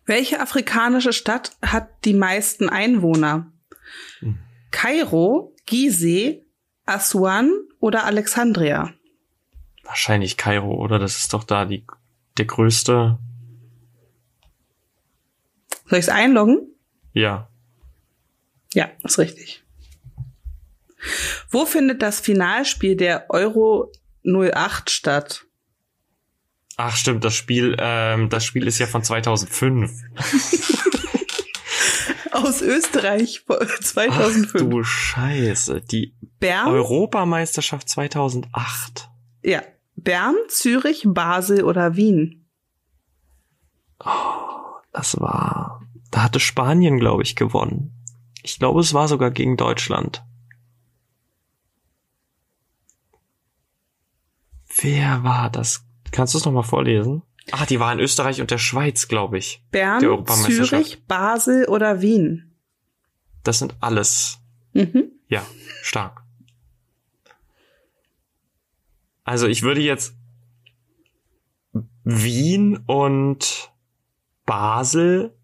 [SPEAKER 1] Welche afrikanische Stadt hat die meisten Einwohner?
[SPEAKER 2] Hm.
[SPEAKER 1] Kairo, Gizeh, Aswan oder Alexandria?
[SPEAKER 2] Wahrscheinlich Kairo, oder? Das ist doch da die, der größte.
[SPEAKER 1] Soll ich es einloggen?
[SPEAKER 2] Ja.
[SPEAKER 1] Ja, ist richtig. Wo findet das Finalspiel der Euro 08 statt?
[SPEAKER 2] Ach stimmt, das Spiel, ähm, das Spiel ist ja von 2005.
[SPEAKER 1] Aus Österreich vor-
[SPEAKER 2] Ach
[SPEAKER 1] 2005.
[SPEAKER 2] du Scheiße, die
[SPEAKER 1] Bern,
[SPEAKER 2] Europameisterschaft 2008.
[SPEAKER 1] ja, Bern, Zürich, Basel oder Wien?
[SPEAKER 2] Das war, da hatte Spanien, glaube ich, gewonnen. Ich glaube, es war sogar gegen Deutschland. Wer war das? Kannst du es nochmal vorlesen? Ach, die war in Österreich und der Schweiz, glaube ich. Die
[SPEAKER 1] Bern,
[SPEAKER 2] Europameisterschaft.
[SPEAKER 1] Zürich, Basel oder Wien?
[SPEAKER 2] Das sind alles,
[SPEAKER 1] Mhm.
[SPEAKER 2] ja, stark. Also ich würde jetzt Wien und Basel.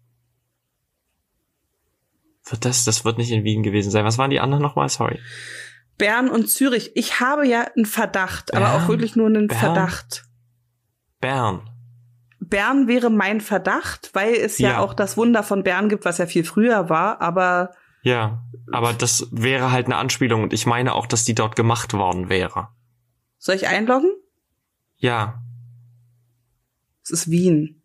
[SPEAKER 2] Wird das, das wird nicht in Wien gewesen sein. Was waren die anderen nochmal? Sorry.
[SPEAKER 1] Bern und Zürich. Ich habe ja einen Verdacht, aber
[SPEAKER 2] Bern,
[SPEAKER 1] auch wirklich nur einen
[SPEAKER 2] Bern.
[SPEAKER 1] Verdacht.
[SPEAKER 2] Bern.
[SPEAKER 1] Bern wäre mein Verdacht, weil es ja,
[SPEAKER 2] Ja.
[SPEAKER 1] auch das Wunder von Bern gibt, was ja viel früher war, aber
[SPEAKER 2] Ja, aber das wäre halt eine Anspielung und ich meine auch, dass die dort gemacht worden wäre.
[SPEAKER 1] soll ich einloggen?
[SPEAKER 2] Ja.
[SPEAKER 1] Es ist Wien.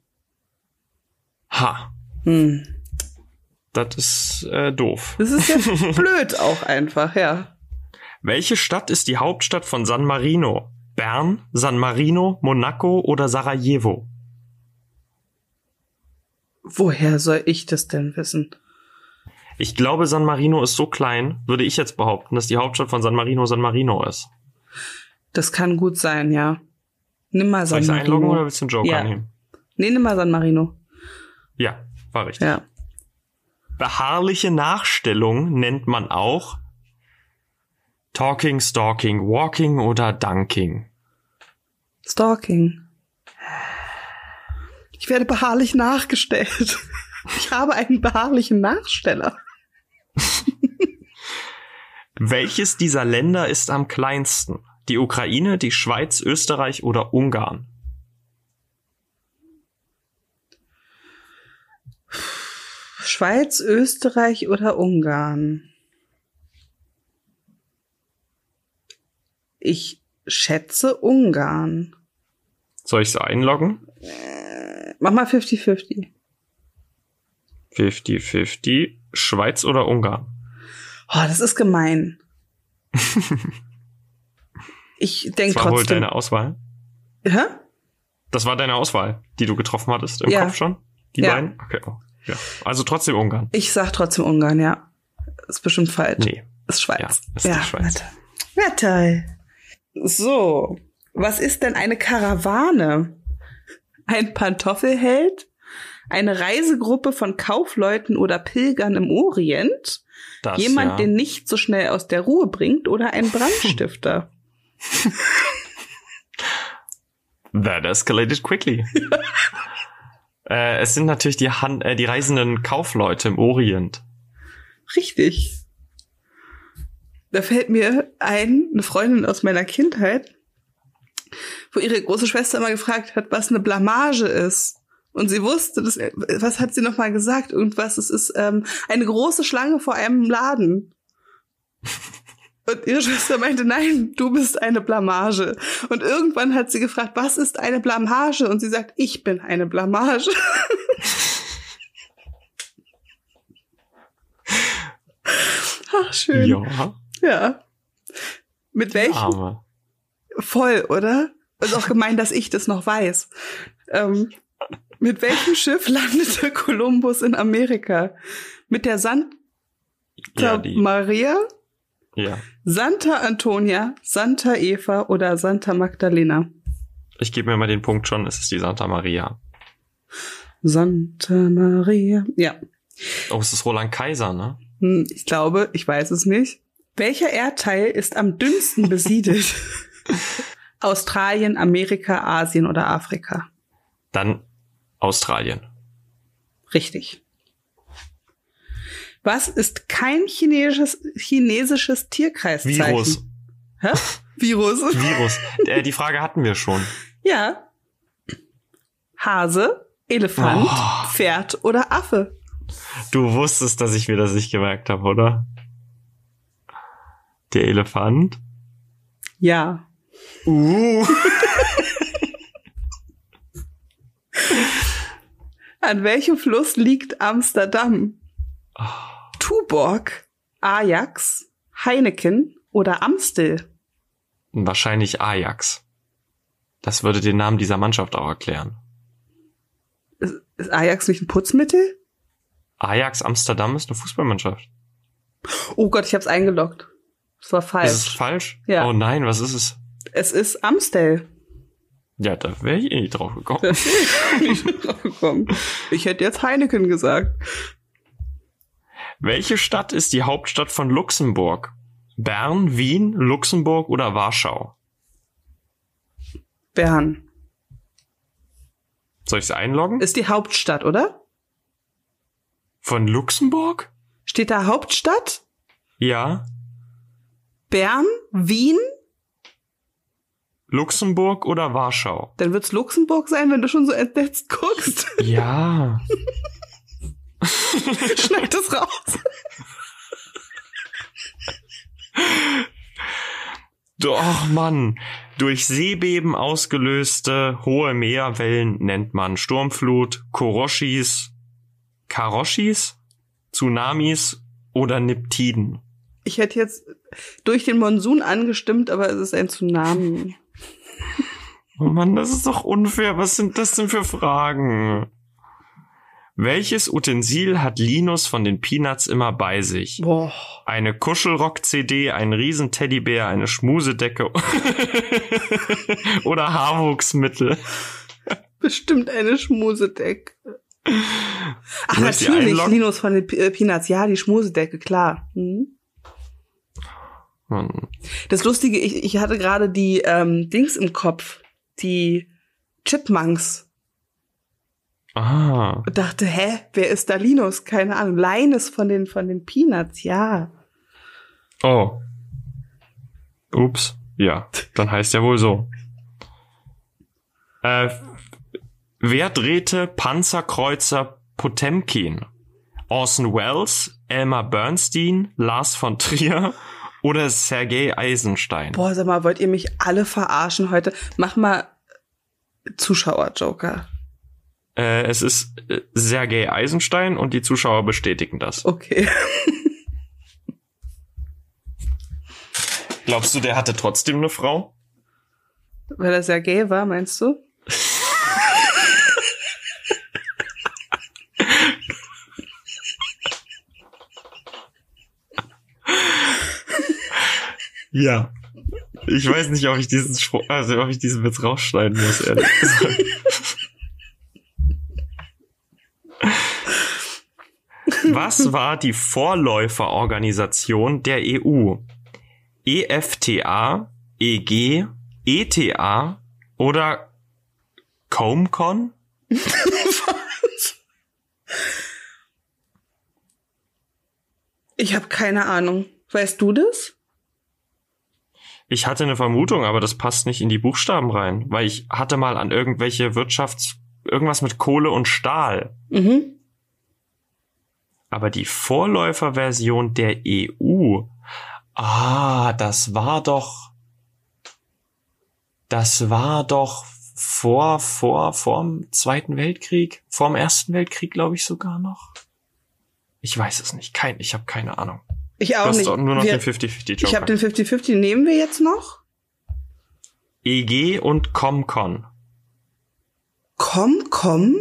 [SPEAKER 2] Ha.
[SPEAKER 1] Hm.
[SPEAKER 2] Das ist äh, doof.
[SPEAKER 1] Das ist jetzt blöd auch einfach, ja.
[SPEAKER 2] Welche Stadt ist die Hauptstadt von San Marino? Bern, San Marino, Monaco oder Sarajevo?
[SPEAKER 1] Woher soll ich das denn wissen?
[SPEAKER 2] Ich glaube, San Marino ist so klein, würde ich jetzt behaupten, dass die Hauptstadt von San Marino San Marino ist.
[SPEAKER 1] Das kann gut sein, ja. Nimm mal
[SPEAKER 2] Soll
[SPEAKER 1] San
[SPEAKER 2] ich einloggen oder
[SPEAKER 1] Marino.
[SPEAKER 2] willst du einen Joker
[SPEAKER 1] Ja.
[SPEAKER 2] nehmen?
[SPEAKER 1] Nee, nimm mal San Marino.
[SPEAKER 2] Ja, war richtig.
[SPEAKER 1] Ja.
[SPEAKER 2] Beharrliche Nachstellung nennt man auch Talking, Stalking, Walking oder Dunking.
[SPEAKER 1] Stalking. Ich werde beharrlich nachgestellt. Ich habe einen beharrlichen Nachsteller.
[SPEAKER 2] Welches dieser Länder ist am kleinsten? Die Ukraine, die Schweiz, Österreich oder Ungarn?
[SPEAKER 1] Schweiz, Österreich oder Ungarn? Ich schätze Ungarn.
[SPEAKER 2] Soll ich sie einloggen?
[SPEAKER 1] Mach mal 50-50.
[SPEAKER 2] 50-50. Schweiz oder Ungarn?
[SPEAKER 1] Oh, das ist gemein. Ich
[SPEAKER 2] Das
[SPEAKER 1] denke
[SPEAKER 2] war wohl
[SPEAKER 1] trotzdem.
[SPEAKER 2] deine Auswahl.
[SPEAKER 1] Hä?
[SPEAKER 2] Das war deine Auswahl, die du getroffen hattest im
[SPEAKER 1] Ja.
[SPEAKER 2] Kopf schon? Die
[SPEAKER 1] Ja.
[SPEAKER 2] beiden? Okay. oh, Ja. Also trotzdem Ungarn.
[SPEAKER 1] Ich sag trotzdem Ungarn, ja. Ist bestimmt falsch.
[SPEAKER 2] Nee.
[SPEAKER 1] Ist Schweiz.
[SPEAKER 2] Ja, ist die Schweiz.
[SPEAKER 1] Na toll. Na toll. So, was ist denn eine Karawane? Ein Pantoffelheld? Eine Reisegruppe von Kaufleuten oder Pilgern im Orient?
[SPEAKER 2] Das,
[SPEAKER 1] Jemand,
[SPEAKER 2] ja.
[SPEAKER 1] den nicht so schnell aus der Ruhe bringt oder ein Brandstifter?
[SPEAKER 2] That escalated quickly. äh, es sind natürlich die, Han äh, die reisenden Kaufleute im Orient.
[SPEAKER 1] Richtig. Da fällt mir ein, eine Freundin aus meiner Kindheit, wo ihre große Schwester immer gefragt hat, was eine Blamage ist. Und sie wusste, das, was hat sie nochmal gesagt? Irgendwas, es ist ähm, eine große Schlange vor einem Laden. Und ihre Schwester meinte, nein, du bist eine Blamage. Und irgendwann hat sie gefragt, was ist eine Blamage? Und sie sagt, ich bin eine Blamage. Ach, schön.
[SPEAKER 2] Ja,
[SPEAKER 1] Ja. Mit welchem?
[SPEAKER 2] Arme.
[SPEAKER 1] Voll, oder? Ist auch gemein, dass ich das noch weiß. Ähm, mit welchem Schiff landete Kolumbus in Amerika? Mit der Santa
[SPEAKER 2] Ja, die,
[SPEAKER 1] Maria,
[SPEAKER 2] ja.
[SPEAKER 1] Santa Antonia, Santa Eva oder Santa Magdalena?
[SPEAKER 2] Ich gebe mir mal den Punkt schon, es ist die Santa Maria.
[SPEAKER 1] Santa Maria. Ja,
[SPEAKER 2] Oh, es ist Roland Kaiser, ne?
[SPEAKER 1] Hm, ich glaube, ich weiß es nicht. Welcher Erdteil ist am dünnsten besiedelt? Australien, Amerika, Asien oder Afrika?
[SPEAKER 2] Dann Australien.
[SPEAKER 1] Richtig. Was ist kein chinesisches, chinesisches Tierkreiszeichen?
[SPEAKER 2] Virus.
[SPEAKER 1] Hä? Virus.
[SPEAKER 2] Virus. äh, die Frage hatten wir schon.
[SPEAKER 1] Ja. Hase, Elefant,
[SPEAKER 2] Oh.
[SPEAKER 1] Pferd oder Affe?
[SPEAKER 2] Du wusstest, dass ich mir das nicht gemerkt habe, oder? Der Elefant.
[SPEAKER 1] Ja.
[SPEAKER 2] Uh.
[SPEAKER 1] An welchem Fluss liegt Amsterdam?
[SPEAKER 2] Oh.
[SPEAKER 1] Tuborg, Ajax, Heineken oder Amstel?
[SPEAKER 2] Wahrscheinlich Ajax. Das würde den Namen dieser Mannschaft auch erklären.
[SPEAKER 1] Ist Ajax nicht ein Putzmittel?
[SPEAKER 2] Ajax Amsterdam ist eine Fußballmannschaft.
[SPEAKER 1] Oh Gott, ich hab's eingeloggt. Es war falsch.
[SPEAKER 2] Ist es falsch?
[SPEAKER 1] Ja.
[SPEAKER 2] Oh nein, was ist es?
[SPEAKER 1] es ist Amstel.
[SPEAKER 2] Ja, da wäre ich eh nicht drauf gekommen.
[SPEAKER 1] Das bin ich nicht drauf gekommen. Ich hätte jetzt Heineken gesagt.
[SPEAKER 2] Welche Stadt ist die Hauptstadt von Luxemburg? Bern, Wien, Luxemburg oder Warschau?
[SPEAKER 1] Bern.
[SPEAKER 2] Soll ich es einloggen?
[SPEAKER 1] Ist die Hauptstadt, oder?
[SPEAKER 2] Von Luxemburg?
[SPEAKER 1] Steht da Hauptstadt?
[SPEAKER 2] Ja.
[SPEAKER 1] Bern? Wien?
[SPEAKER 2] Luxemburg oder Warschau?
[SPEAKER 1] Dann wird's Luxemburg sein, wenn du schon so entsetzt guckst.
[SPEAKER 2] Ja.
[SPEAKER 1] Schneid das raus.
[SPEAKER 2] Doch, Mann. Durch Seebeben ausgelöste hohe Meerwellen nennt man Sturmflut, Koroshis, Karoshis, Tsunamis oder Niptiden.
[SPEAKER 1] Ich hätte jetzt durch den Monsun angestimmt, aber es ist ein Tsunami.
[SPEAKER 2] Oh Mann, das ist doch unfair. Was sind das denn für Fragen? Welches Utensil hat Linus von den Peanuts immer bei sich?
[SPEAKER 1] Boah.
[SPEAKER 2] Eine Kuschelrock-CD, ein riesen Teddybär, eine Schmusedecke oder Haarwuchsmittel.
[SPEAKER 1] Bestimmt eine Schmusedecke. Ach,
[SPEAKER 2] Soll ich die
[SPEAKER 1] natürlich,
[SPEAKER 2] einloggen?
[SPEAKER 1] Linus von den P äh, Peanuts. Ja, die Schmusedecke, klar. Hm.
[SPEAKER 2] Mann.
[SPEAKER 1] Das Lustige, ich, ich hatte gerade die ähm, Dings im Kopf. Die Chipmunks.
[SPEAKER 2] Ah,
[SPEAKER 1] Und dachte, hä, wer ist da Linus? Keine Ahnung. Linus von den, von den Peanuts, ja.
[SPEAKER 2] Oh. Ups. Ja, dann heißt er wohl so. Äh, wer drehte Panzerkreuzer Potemkin? Orson Welles, Elmer Bernstein, Lars von Trier oder Sergei Eisenstein?
[SPEAKER 1] Boah, sag mal, wollt ihr mich alle verarschen heute? Mach mal Zuschauer-Joker.
[SPEAKER 2] Äh, es ist äh, Sergei Eisenstein und die Zuschauer bestätigen das.
[SPEAKER 1] Okay.
[SPEAKER 2] Glaubst du, der hatte trotzdem eine Frau?
[SPEAKER 1] Weil das ja gay war, meinst du?
[SPEAKER 2] Ja. Ich weiß nicht, ob ich diesen, Spruch- also, ob ich diesen Witz rausschneiden muss, ehrlich gesagt. Was war die Vorläuferorganisation der E EU? EFTA, EG, ETA E oder Comcon?
[SPEAKER 1] Ich habe keine Ahnung. Weißt du das?
[SPEAKER 2] Ich hatte eine Vermutung, aber das passt nicht in die Buchstaben rein, weil ich hatte mal an irgendwelche Wirtschafts... irgendwas mit Kohle und Stahl.
[SPEAKER 1] Mhm.
[SPEAKER 2] Aber die Vorläuferversion der EU. Ah, das war doch. Das war doch vor, vor, vorm Zweiten Weltkrieg, vorm Ersten Weltkrieg, glaube ich, sogar noch. Ich weiß es nicht. Kein, ich habe keine Ahnung.
[SPEAKER 1] Ich
[SPEAKER 2] Du
[SPEAKER 1] auch
[SPEAKER 2] hast
[SPEAKER 1] nicht.
[SPEAKER 2] doch nur noch
[SPEAKER 1] Wir-
[SPEAKER 2] den 50-50
[SPEAKER 1] ich habe
[SPEAKER 2] Joker.
[SPEAKER 1] den 50-50, nehmen wir jetzt noch?
[SPEAKER 2] EG E und Comcon.
[SPEAKER 1] Komm, komm,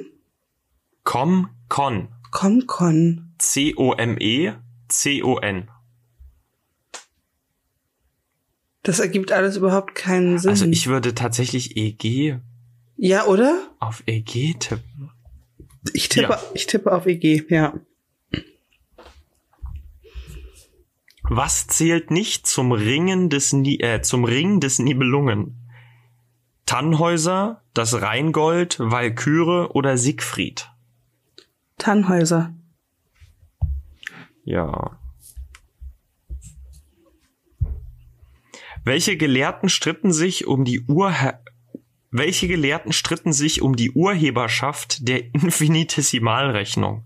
[SPEAKER 2] Comcon.
[SPEAKER 1] komm, komm.
[SPEAKER 2] C-O-M-E, C-O-N.
[SPEAKER 1] Das ergibt alles überhaupt keinen Sinn.
[SPEAKER 2] Also ich würde tatsächlich EG
[SPEAKER 1] ja, oder?
[SPEAKER 2] auf EG tippen.
[SPEAKER 1] Ich tippe,
[SPEAKER 2] Ja.
[SPEAKER 1] ich tippe auf EG, ja.
[SPEAKER 2] Was zählt nicht zum Ringen des Ni äh, zum Ring des Nibelungen? Tannhäuser, das Rheingold, Walküre oder Siegfried?
[SPEAKER 1] Tannhäuser.
[SPEAKER 2] Ja. Welche Gelehrten stritten sich um die Urhe welche Gelehrten stritten sich um die Urheberschaft der Infinitesimalrechnung?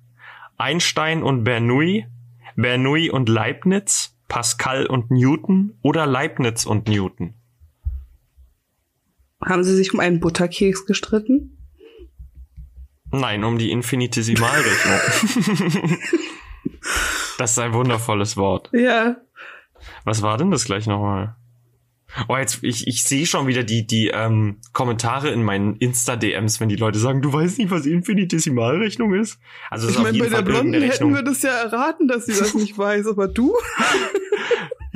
[SPEAKER 2] Einstein und Bernoulli, Bernoulli und Leibniz, Pascal und Newton oder Leibniz und Newton?
[SPEAKER 1] Haben sie sich um einen Butterkeks gestritten?
[SPEAKER 2] Nein, um die Infinitesimalrechnung. das ist ein wundervolles Wort.
[SPEAKER 1] Ja.
[SPEAKER 2] Was war denn das gleich nochmal? Oh, jetzt, ich, ich sehe schon wieder die, die ähm, Kommentare in meinen Insta-DMs, wenn die Leute sagen, du weißt nicht, was Infinitesimalrechnung ist. Also das
[SPEAKER 1] Ich
[SPEAKER 2] ist auf
[SPEAKER 1] meine, bei
[SPEAKER 2] jeden
[SPEAKER 1] der
[SPEAKER 2] Fall irgendeine
[SPEAKER 1] Blonden hätten
[SPEAKER 2] Rechnung.
[SPEAKER 1] wir das ja erraten, dass sie das nicht weiß, aber du?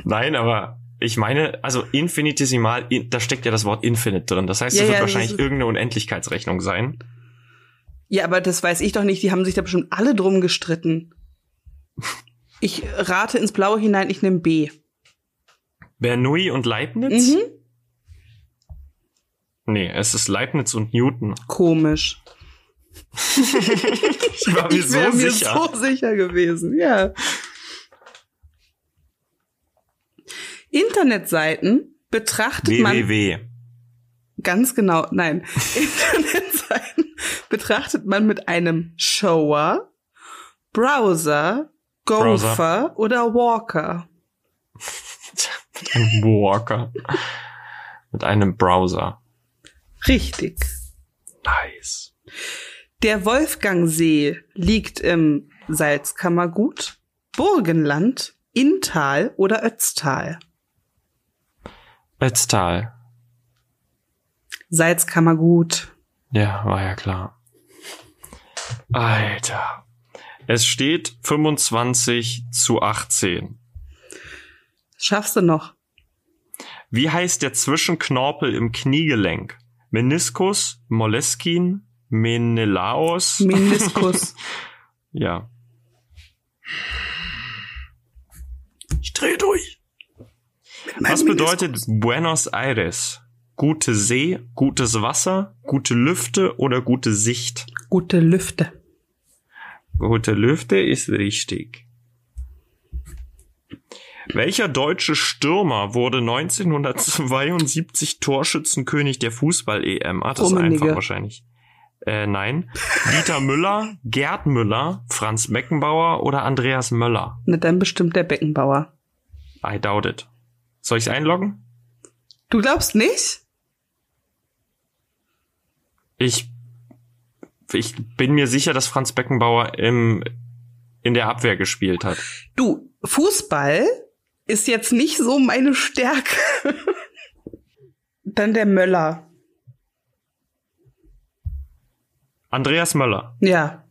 [SPEAKER 2] Nein, aber ich meine, also Infinitesimal, in, da steckt ja das Wort Infinite drin. Das heißt,
[SPEAKER 1] Ja,
[SPEAKER 2] es wird
[SPEAKER 1] ja, das
[SPEAKER 2] wahrscheinlich
[SPEAKER 1] ist-
[SPEAKER 2] irgendeine Unendlichkeitsrechnung sein.
[SPEAKER 1] Ja, aber das weiß ich doch nicht. Die haben sich da bestimmt alle drum gestritten. Ich rate ins Blaue hinein, ich nehme B.
[SPEAKER 2] Bernoulli und Leibniz?
[SPEAKER 1] Mhm.
[SPEAKER 2] Nee, es ist Leibniz und Newton.
[SPEAKER 1] Komisch.
[SPEAKER 2] Ich war mir
[SPEAKER 1] ich wäre
[SPEAKER 2] so
[SPEAKER 1] mir
[SPEAKER 2] sicher.
[SPEAKER 1] so sicher gewesen, ja. Internetseiten betrachtet man
[SPEAKER 2] www.
[SPEAKER 1] ganz genau, nein, Internetseiten betrachtet man mit einem Shower, Browser, Gopher oder Walker.
[SPEAKER 2] Ein Walker. Mit einem Browser.
[SPEAKER 1] Richtig.
[SPEAKER 2] Nice.
[SPEAKER 1] Der Wolfgangsee liegt im Salzkammergut, Burgenland, Inntal oder Ötztal.
[SPEAKER 2] Ötztal.
[SPEAKER 1] Salzkammergut.
[SPEAKER 2] Ja, war ja klar. Alter. Es steht 25 zu 18.
[SPEAKER 1] Schaffst du noch?
[SPEAKER 2] Wie heißt der Zwischenknorpel im Kniegelenk? Meniskus, Moleskin, Menelaos?
[SPEAKER 1] Meniskus.
[SPEAKER 2] ja. Ich dreh durch. Was bedeutet Buenos Aires? Gute See, gutes Wasser, gute Lüfte oder gute Sicht?
[SPEAKER 1] gute Lüfte?
[SPEAKER 2] Gute Lüfte ist richtig. Welcher deutsche Stürmer wurde 1972 Torschützenkönig der Fußball-EM? Ah, das ist
[SPEAKER 1] Rummenigge.
[SPEAKER 2] einfach wahrscheinlich. Äh, nein. Dieter Müller, Gerd Müller, Franz Beckenbauer oder Andreas Möller?
[SPEAKER 1] Na dann bestimmt der Beckenbauer.
[SPEAKER 2] I doubt it. Soll ich einloggen?
[SPEAKER 1] Du glaubst nicht?
[SPEAKER 2] Ich, ich bin mir sicher, dass Franz Beckenbauer im, in der Abwehr gespielt hat.
[SPEAKER 1] Du, Fußball ist jetzt nicht so meine Stärke. dann der Möller.
[SPEAKER 2] Andreas Möller.
[SPEAKER 1] Ja.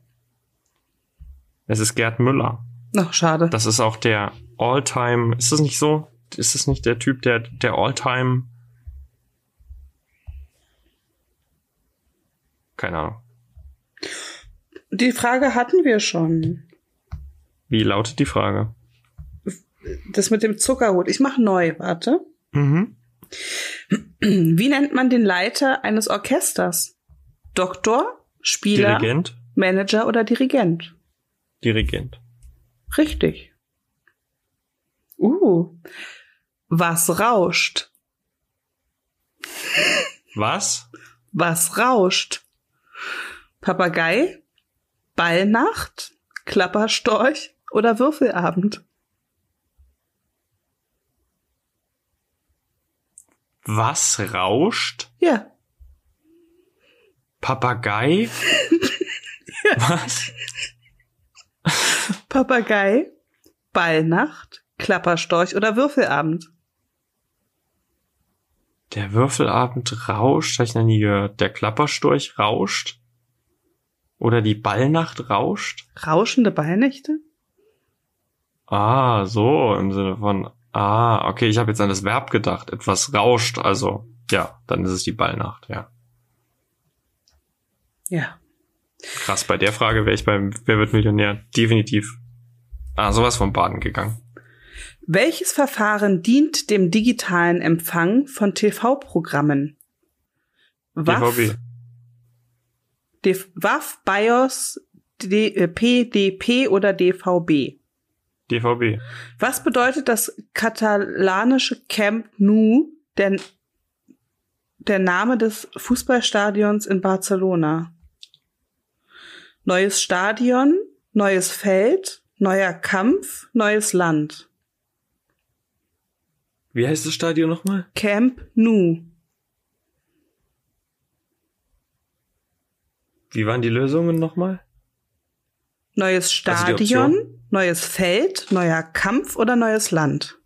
[SPEAKER 2] Es ist Gerd Müller.
[SPEAKER 1] Ach, schade.
[SPEAKER 2] Das ist auch der All-Time. Ist das nicht so? Ist das nicht der Typ, der der All-Time? Keine Ahnung.
[SPEAKER 1] Die Frage hatten wir schon.
[SPEAKER 2] Wie lautet die Frage?
[SPEAKER 1] Das mit dem Zuckerhut. Ich mach neu, warte.
[SPEAKER 2] Mhm.
[SPEAKER 1] Wie nennt man den Leiter eines Orchesters? Doktor, Spieler,
[SPEAKER 2] Dirigent.
[SPEAKER 1] Manager oder Dirigent?
[SPEAKER 2] Dirigent.
[SPEAKER 1] Richtig. Uh. Was rauscht?
[SPEAKER 2] Was?
[SPEAKER 1] Was rauscht? Papagei? Ballnacht? Klapperstorch oder Würfelabend?
[SPEAKER 2] Was rauscht?
[SPEAKER 1] Ja.
[SPEAKER 2] Papagei? Was?
[SPEAKER 1] Papagei? Ballnacht? Klapperstorch oder Würfelabend?
[SPEAKER 2] Der Würfelabend rauscht, habe ich noch nie gehört. Der Klappersturch rauscht? Oder die Ballnacht rauscht?
[SPEAKER 1] Rauschende Ballnächte?
[SPEAKER 2] Ah, so, im Sinne von, ah, okay, ich habe jetzt an das Verb gedacht. Etwas rauscht, also, ja, dann ist es die Ballnacht, ja.
[SPEAKER 1] Ja.
[SPEAKER 2] Krass, bei der Frage wäre ich beim Wer wird Millionär definitiv, ah, sowas vom Baden gegangen.
[SPEAKER 1] Welches Verfahren dient dem digitalen Empfang von TV-Programmen?
[SPEAKER 2] DVB.
[SPEAKER 1] DF WAF, BIOS, D äh, PDP oder DVB.
[SPEAKER 2] DVB.
[SPEAKER 1] Was bedeutet das katalanische Camp Nou, denn der Name des Fußballstadions in Barcelona? Neues Stadion, neues Feld, neuer Kampf, neues Land.
[SPEAKER 2] Wie heißt das Stadion nochmal?
[SPEAKER 1] Camp Nou.
[SPEAKER 2] Wie waren die Lösungen nochmal?
[SPEAKER 1] Neues
[SPEAKER 2] Also die
[SPEAKER 1] Stadion, neues Feld, neuer Kampf oder neues Land?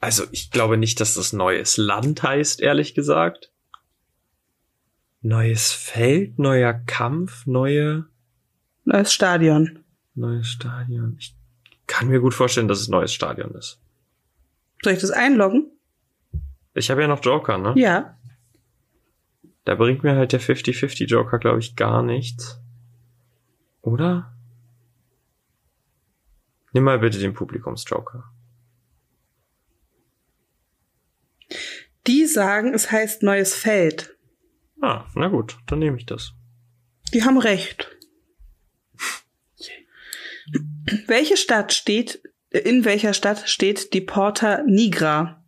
[SPEAKER 2] Also, ich glaube nicht, dass das neues Land heißt, ehrlich gesagt. Neues Feld, neuer Kampf, neue,
[SPEAKER 1] Neues Stadion.
[SPEAKER 2] neues Stadion. Ich kann mir gut vorstellen, dass es neues Stadion ist.
[SPEAKER 1] Soll ich das einloggen?
[SPEAKER 2] Ich habe ja noch Joker, ne?
[SPEAKER 1] Ja.
[SPEAKER 2] Da bringt mir halt der 50-50 Joker, glaube ich, gar nichts. Oder? Nimm mal bitte den Publikumsjoker.
[SPEAKER 1] Die sagen, es heißt neues Feld.
[SPEAKER 2] Ah, na gut, dann nehme ich das.
[SPEAKER 1] Die haben recht. Welche Stadt steht, in welcher Stadt steht die Porta Nigra?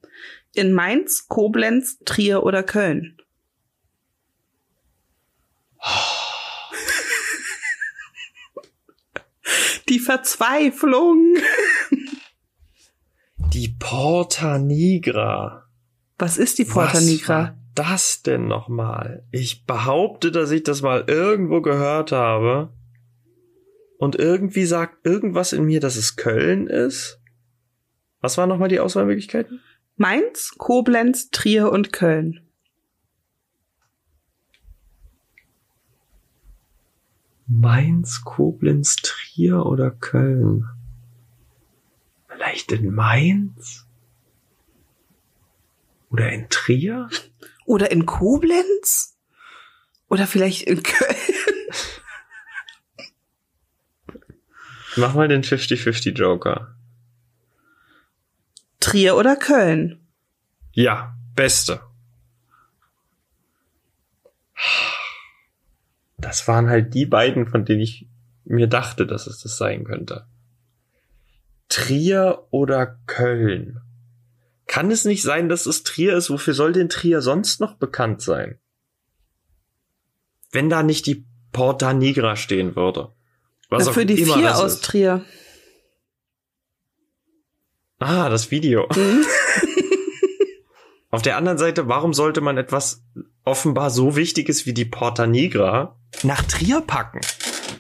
[SPEAKER 1] In Mainz, Koblenz, Trier oder Köln? Die Verzweiflung.
[SPEAKER 2] Die Porta Nigra.
[SPEAKER 1] Was ist die Porta
[SPEAKER 2] Was
[SPEAKER 1] Nigra?
[SPEAKER 2] war das denn nochmal? Ich behaupte, dass ich das mal irgendwo gehört habe. Und irgendwie sagt irgendwas in mir, dass es Köln ist. Was waren nochmal die Auswahlmöglichkeiten?
[SPEAKER 1] Mainz, Koblenz, Trier und Köln.
[SPEAKER 2] Mainz, Koblenz, Trier oder Köln? Vielleicht in Mainz? Oder in Trier?
[SPEAKER 1] Oder in Koblenz? Oder vielleicht in Köln?
[SPEAKER 2] Mach mal den 50-50 Joker.
[SPEAKER 1] Trier oder Köln?
[SPEAKER 2] Ja, beste. Das waren halt die beiden, von denen ich mir dachte, dass es das sein könnte. Trier oder Köln? Kann es nicht sein, dass es Trier ist? Wofür soll denn Trier sonst noch bekannt sein? Wenn da nicht die Porta Nigra stehen würde. Was
[SPEAKER 1] Na,
[SPEAKER 2] auch
[SPEAKER 1] Für die
[SPEAKER 2] immer
[SPEAKER 1] vier
[SPEAKER 2] das
[SPEAKER 1] aus
[SPEAKER 2] ist.
[SPEAKER 1] Trier.
[SPEAKER 2] Ah, das Video.
[SPEAKER 1] Mhm.
[SPEAKER 2] Auf der anderen Seite, warum sollte man etwas offenbar so Wichtiges wie die Porta Nigra nach Trier packen?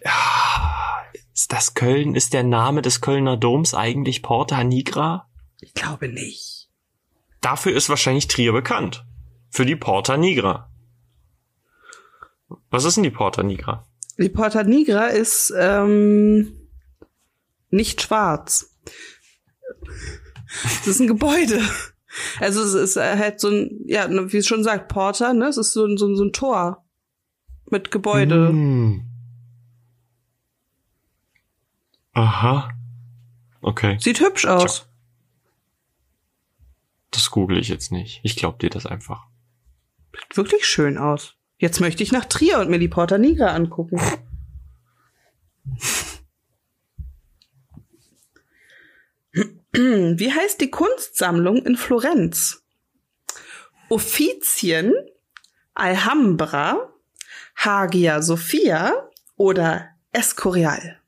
[SPEAKER 2] Ja, Ist das Köln, ist der Name des Kölner Doms eigentlich Porta Nigra?
[SPEAKER 1] Ich glaube nicht.
[SPEAKER 2] Dafür ist wahrscheinlich Trier bekannt. Für die Porta Nigra. Was ist denn die Porta Nigra?
[SPEAKER 1] Die Porta Nigra ist ähm, nicht schwarz. Es ist ein Gebäude. Also es ist äh, halt so ein, ja, ne, wie es schon sagt, Porta, ne? Es ist so ein, so ein, so ein Tor mit Gebäude.
[SPEAKER 2] Hm. Aha. Okay,
[SPEAKER 1] Sieht hübsch aus.
[SPEAKER 2] das google ich jetzt nicht. Ich glaub dir das einfach.
[SPEAKER 1] Sieht wirklich schön aus. Jetzt möchte ich nach Trier und mir die Porta Nigra angucken. Wie heißt die Kunstsammlung in Florenz? Offizien, Alhambra, Hagia Sophia oder Escorial?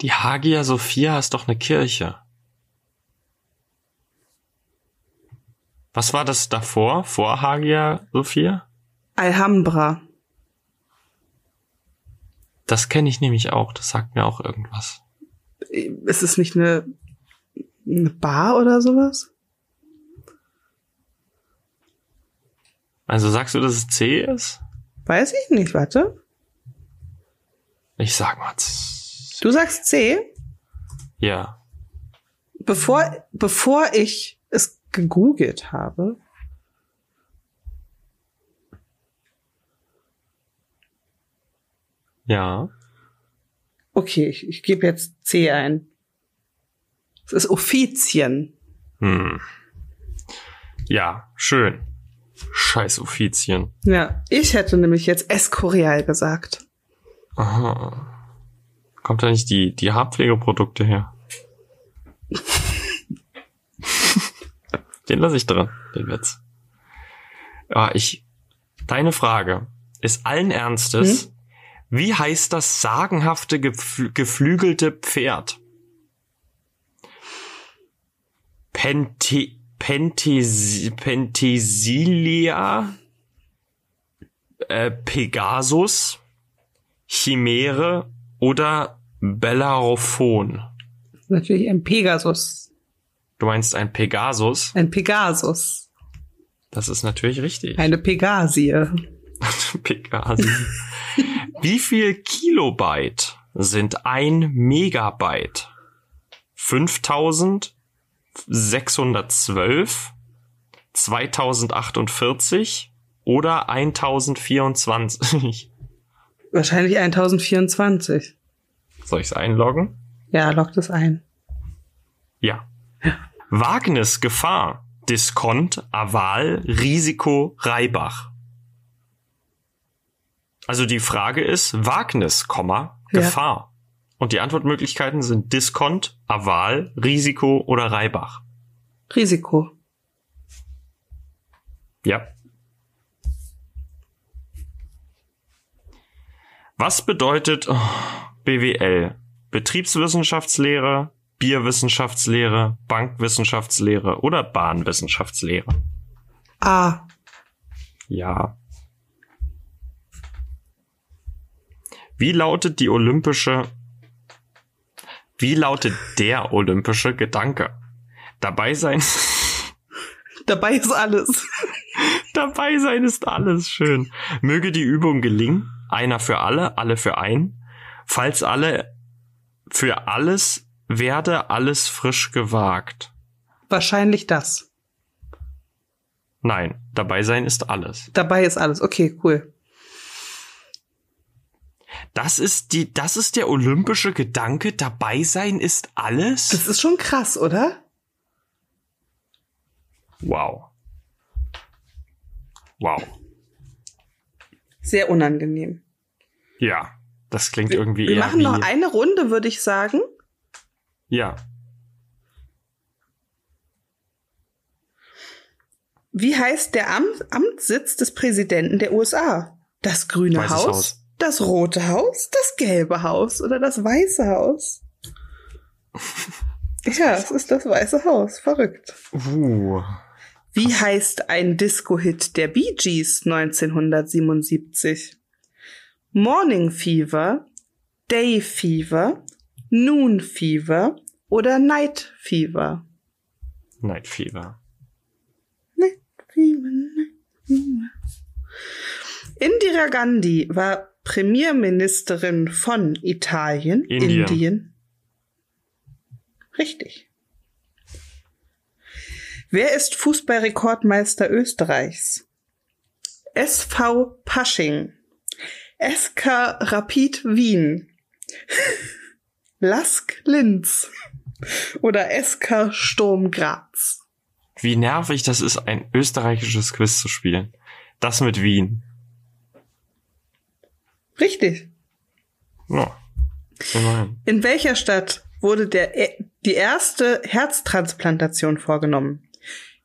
[SPEAKER 2] Die Hagia Sophia ist doch eine Kirche. Was war das davor? Vor Hagia Sophia?
[SPEAKER 1] Alhambra.
[SPEAKER 2] Das kenne ich nämlich auch. Das sagt mir auch irgendwas.
[SPEAKER 1] Ist es nicht eine, eine Bar oder sowas?
[SPEAKER 2] Also sagst du, dass es C ist?
[SPEAKER 1] Weiß ich nicht, warte.
[SPEAKER 2] Ich sag mal C.
[SPEAKER 1] Du sagst C.
[SPEAKER 2] Ja.
[SPEAKER 1] bevor, bevor ich es gegoogelt habe,
[SPEAKER 2] Ja.
[SPEAKER 1] okay, ich, ich gebe jetzt C ein. Es ist Offizien.
[SPEAKER 2] Hm. Ja, schön. Scheiß Offizien.
[SPEAKER 1] Ja, ich hätte nämlich jetzt Escorial gesagt.
[SPEAKER 2] Aha. Kommt da nicht die, die Haarpflegeprodukte her? den lasse ich drin, den Witz. Ah, ich, deine Frage ist allen Ernstes, wie heißt das sagenhafte gefl geflügelte Pferd? Pente, Pentesi, Pentesilia, äh, Pegasus, Chimäre oder Bellerophon.
[SPEAKER 1] Natürlich ein Pegasus.
[SPEAKER 2] Du meinst ein Pegasus?
[SPEAKER 1] Ein Pegasus.
[SPEAKER 2] Das ist natürlich richtig.
[SPEAKER 1] Eine Pegasie.
[SPEAKER 2] Pegasus. Wie viel Kilobyte sind ein Megabyte? 5612, 2048 oder 1024?
[SPEAKER 1] Wahrscheinlich 1024.
[SPEAKER 2] Soll ich es einloggen?
[SPEAKER 1] Ja, lockt es ein.
[SPEAKER 2] Ja. Wagnis Gefahr. Diskont, Aval, Risiko, Reibach. Also die Frage ist Wagnis, Komma,
[SPEAKER 1] Ja.
[SPEAKER 2] Gefahr. Und die Antwortmöglichkeiten sind Diskont, Aval, Risiko oder Reibach.
[SPEAKER 1] Risiko.
[SPEAKER 2] Ja. Was bedeutet oh, BWL? Betriebswissenschaftslehre, Bierwissenschaftslehre, Bankwissenschaftslehre oder Bahnwissenschaftslehre?
[SPEAKER 1] Ah,
[SPEAKER 2] Ja. Wie lautet die olympische Wie lautet der olympische Gedanke? Dabei sein
[SPEAKER 1] dabei ist alles.
[SPEAKER 2] Dabei sein ist alles schön. Möge die Übung gelingen. Einer für alle, alle für ein. Falls alle für alles werde alles frisch gewagt.
[SPEAKER 1] Wahrscheinlich das.
[SPEAKER 2] Nein, dabei sein ist alles.
[SPEAKER 1] Dabei ist alles. Okay, cool.
[SPEAKER 2] Das ist die, das ist der olympische Gedanke. Dabei sein ist alles.
[SPEAKER 1] Das ist schon krass, oder?
[SPEAKER 2] Wow. Wow.
[SPEAKER 1] Sehr unangenehm.
[SPEAKER 2] Ja, das klingt irgendwie
[SPEAKER 1] Wir
[SPEAKER 2] eher
[SPEAKER 1] machen
[SPEAKER 2] wie,
[SPEAKER 1] noch eine Runde, würde ich sagen.
[SPEAKER 2] Ja,
[SPEAKER 1] Wie heißt der Am Amtssitz des Präsidenten der USA? Das grüne
[SPEAKER 2] Weißes
[SPEAKER 1] Haus,
[SPEAKER 2] Haus.
[SPEAKER 1] das rote Haus, das gelbe Haus oder das weiße Haus? ja, es ist das weiße Haus. Verrückt.
[SPEAKER 2] Uh.
[SPEAKER 1] Wie heißt ein Disco-Hit der Bee Gees 1977? Morning Fever, Day Fever, Noon Fever oder Night Fever?
[SPEAKER 2] Night Fever.
[SPEAKER 1] Night Fever, Night Fever. Indira Gandhi war Premierministerin von Italien,
[SPEAKER 2] Indien.
[SPEAKER 1] Indien. Richtig. Wer ist Fußballrekordmeister Österreichs? SV Pasching, SK Rapid Wien, Lask Linz oder SK Sturm Graz.
[SPEAKER 2] Wie nervig das ist, ein österreichisches Quiz zu spielen. Das mit Wien.
[SPEAKER 1] Richtig.
[SPEAKER 2] Ja. Immerhin.
[SPEAKER 1] In welcher Stadt wurde der, e- die erste Herztransplantation vorgenommen?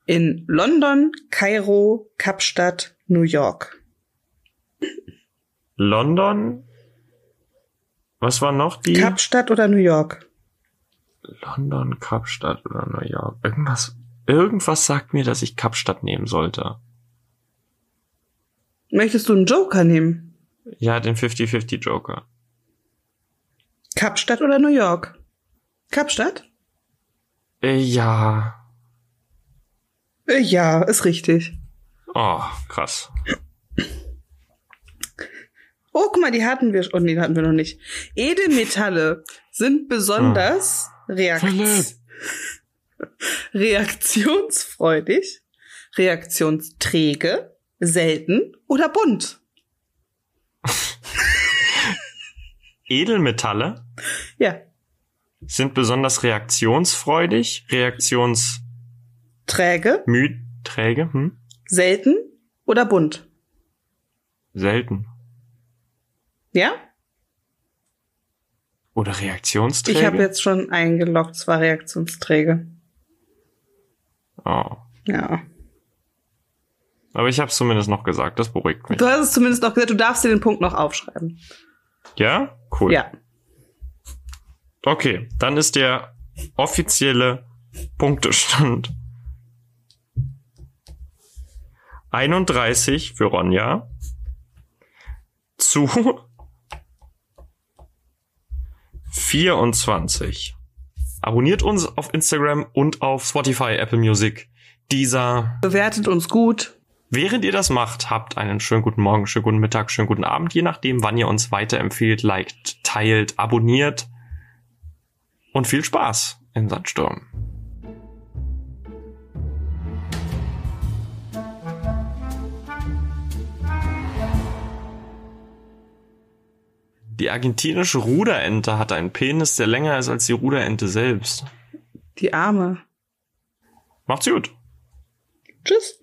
[SPEAKER 1] In London, Kairo, Kapstadt, New York.
[SPEAKER 2] London. Was war noch die?
[SPEAKER 1] Kapstadt oder New York?
[SPEAKER 2] London, Kapstadt oder New York. Irgendwas, irgendwas sagt mir, dass ich Kapstadt nehmen sollte.
[SPEAKER 1] Möchtest du einen Joker nehmen?
[SPEAKER 2] Ja, den 50-50 Joker.
[SPEAKER 1] Kapstadt oder New York? Kapstadt?
[SPEAKER 2] Äh, ja.
[SPEAKER 1] Äh, Ja, ist richtig.
[SPEAKER 2] Oh, krass.
[SPEAKER 1] Oh, guck mal, die hatten wir. sch- Oh, nee, die hatten wir noch nicht. Edelmetalle sind besonders reakt reaktionsfreudig, reaktionsträge, selten oder bunt.
[SPEAKER 2] Edelmetalle
[SPEAKER 1] Ja,
[SPEAKER 2] sind besonders reaktionsfreudig, reaktionsmüd,
[SPEAKER 1] träge,
[SPEAKER 2] träge, hm?
[SPEAKER 1] selten oder bunt.
[SPEAKER 2] Selten.
[SPEAKER 1] Ja?
[SPEAKER 2] Oder reaktionsträge?
[SPEAKER 1] Ich habe jetzt schon eingeloggt, es war reaktionsträge.
[SPEAKER 2] Oh.
[SPEAKER 1] Ja.
[SPEAKER 2] Aber ich habe zumindest noch gesagt, das beruhigt mich.
[SPEAKER 1] Du hast es zumindest noch gesagt, du darfst dir den Punkt noch aufschreiben.
[SPEAKER 2] Ja? Cool.
[SPEAKER 1] Ja.
[SPEAKER 2] Okay, dann ist der offizielle Punktestand 31 für Ronja zu 24. Abonniert uns auf Instagram und auf Spotify, Apple Music. Dieser
[SPEAKER 1] Bewertet uns gut.
[SPEAKER 2] Während ihr das macht, habt einen schönen guten Morgen, schönen guten Mittag, schönen guten Abend, je nachdem, wann ihr uns weiterempfehlt, liked, teilt, abonniert. Und viel Spaß im Sandsturm. Die argentinische Ruderente hat einen Penis, der länger ist als die Ruderente selbst.
[SPEAKER 1] Die Arme.
[SPEAKER 2] Macht's gut.
[SPEAKER 1] Tschüss.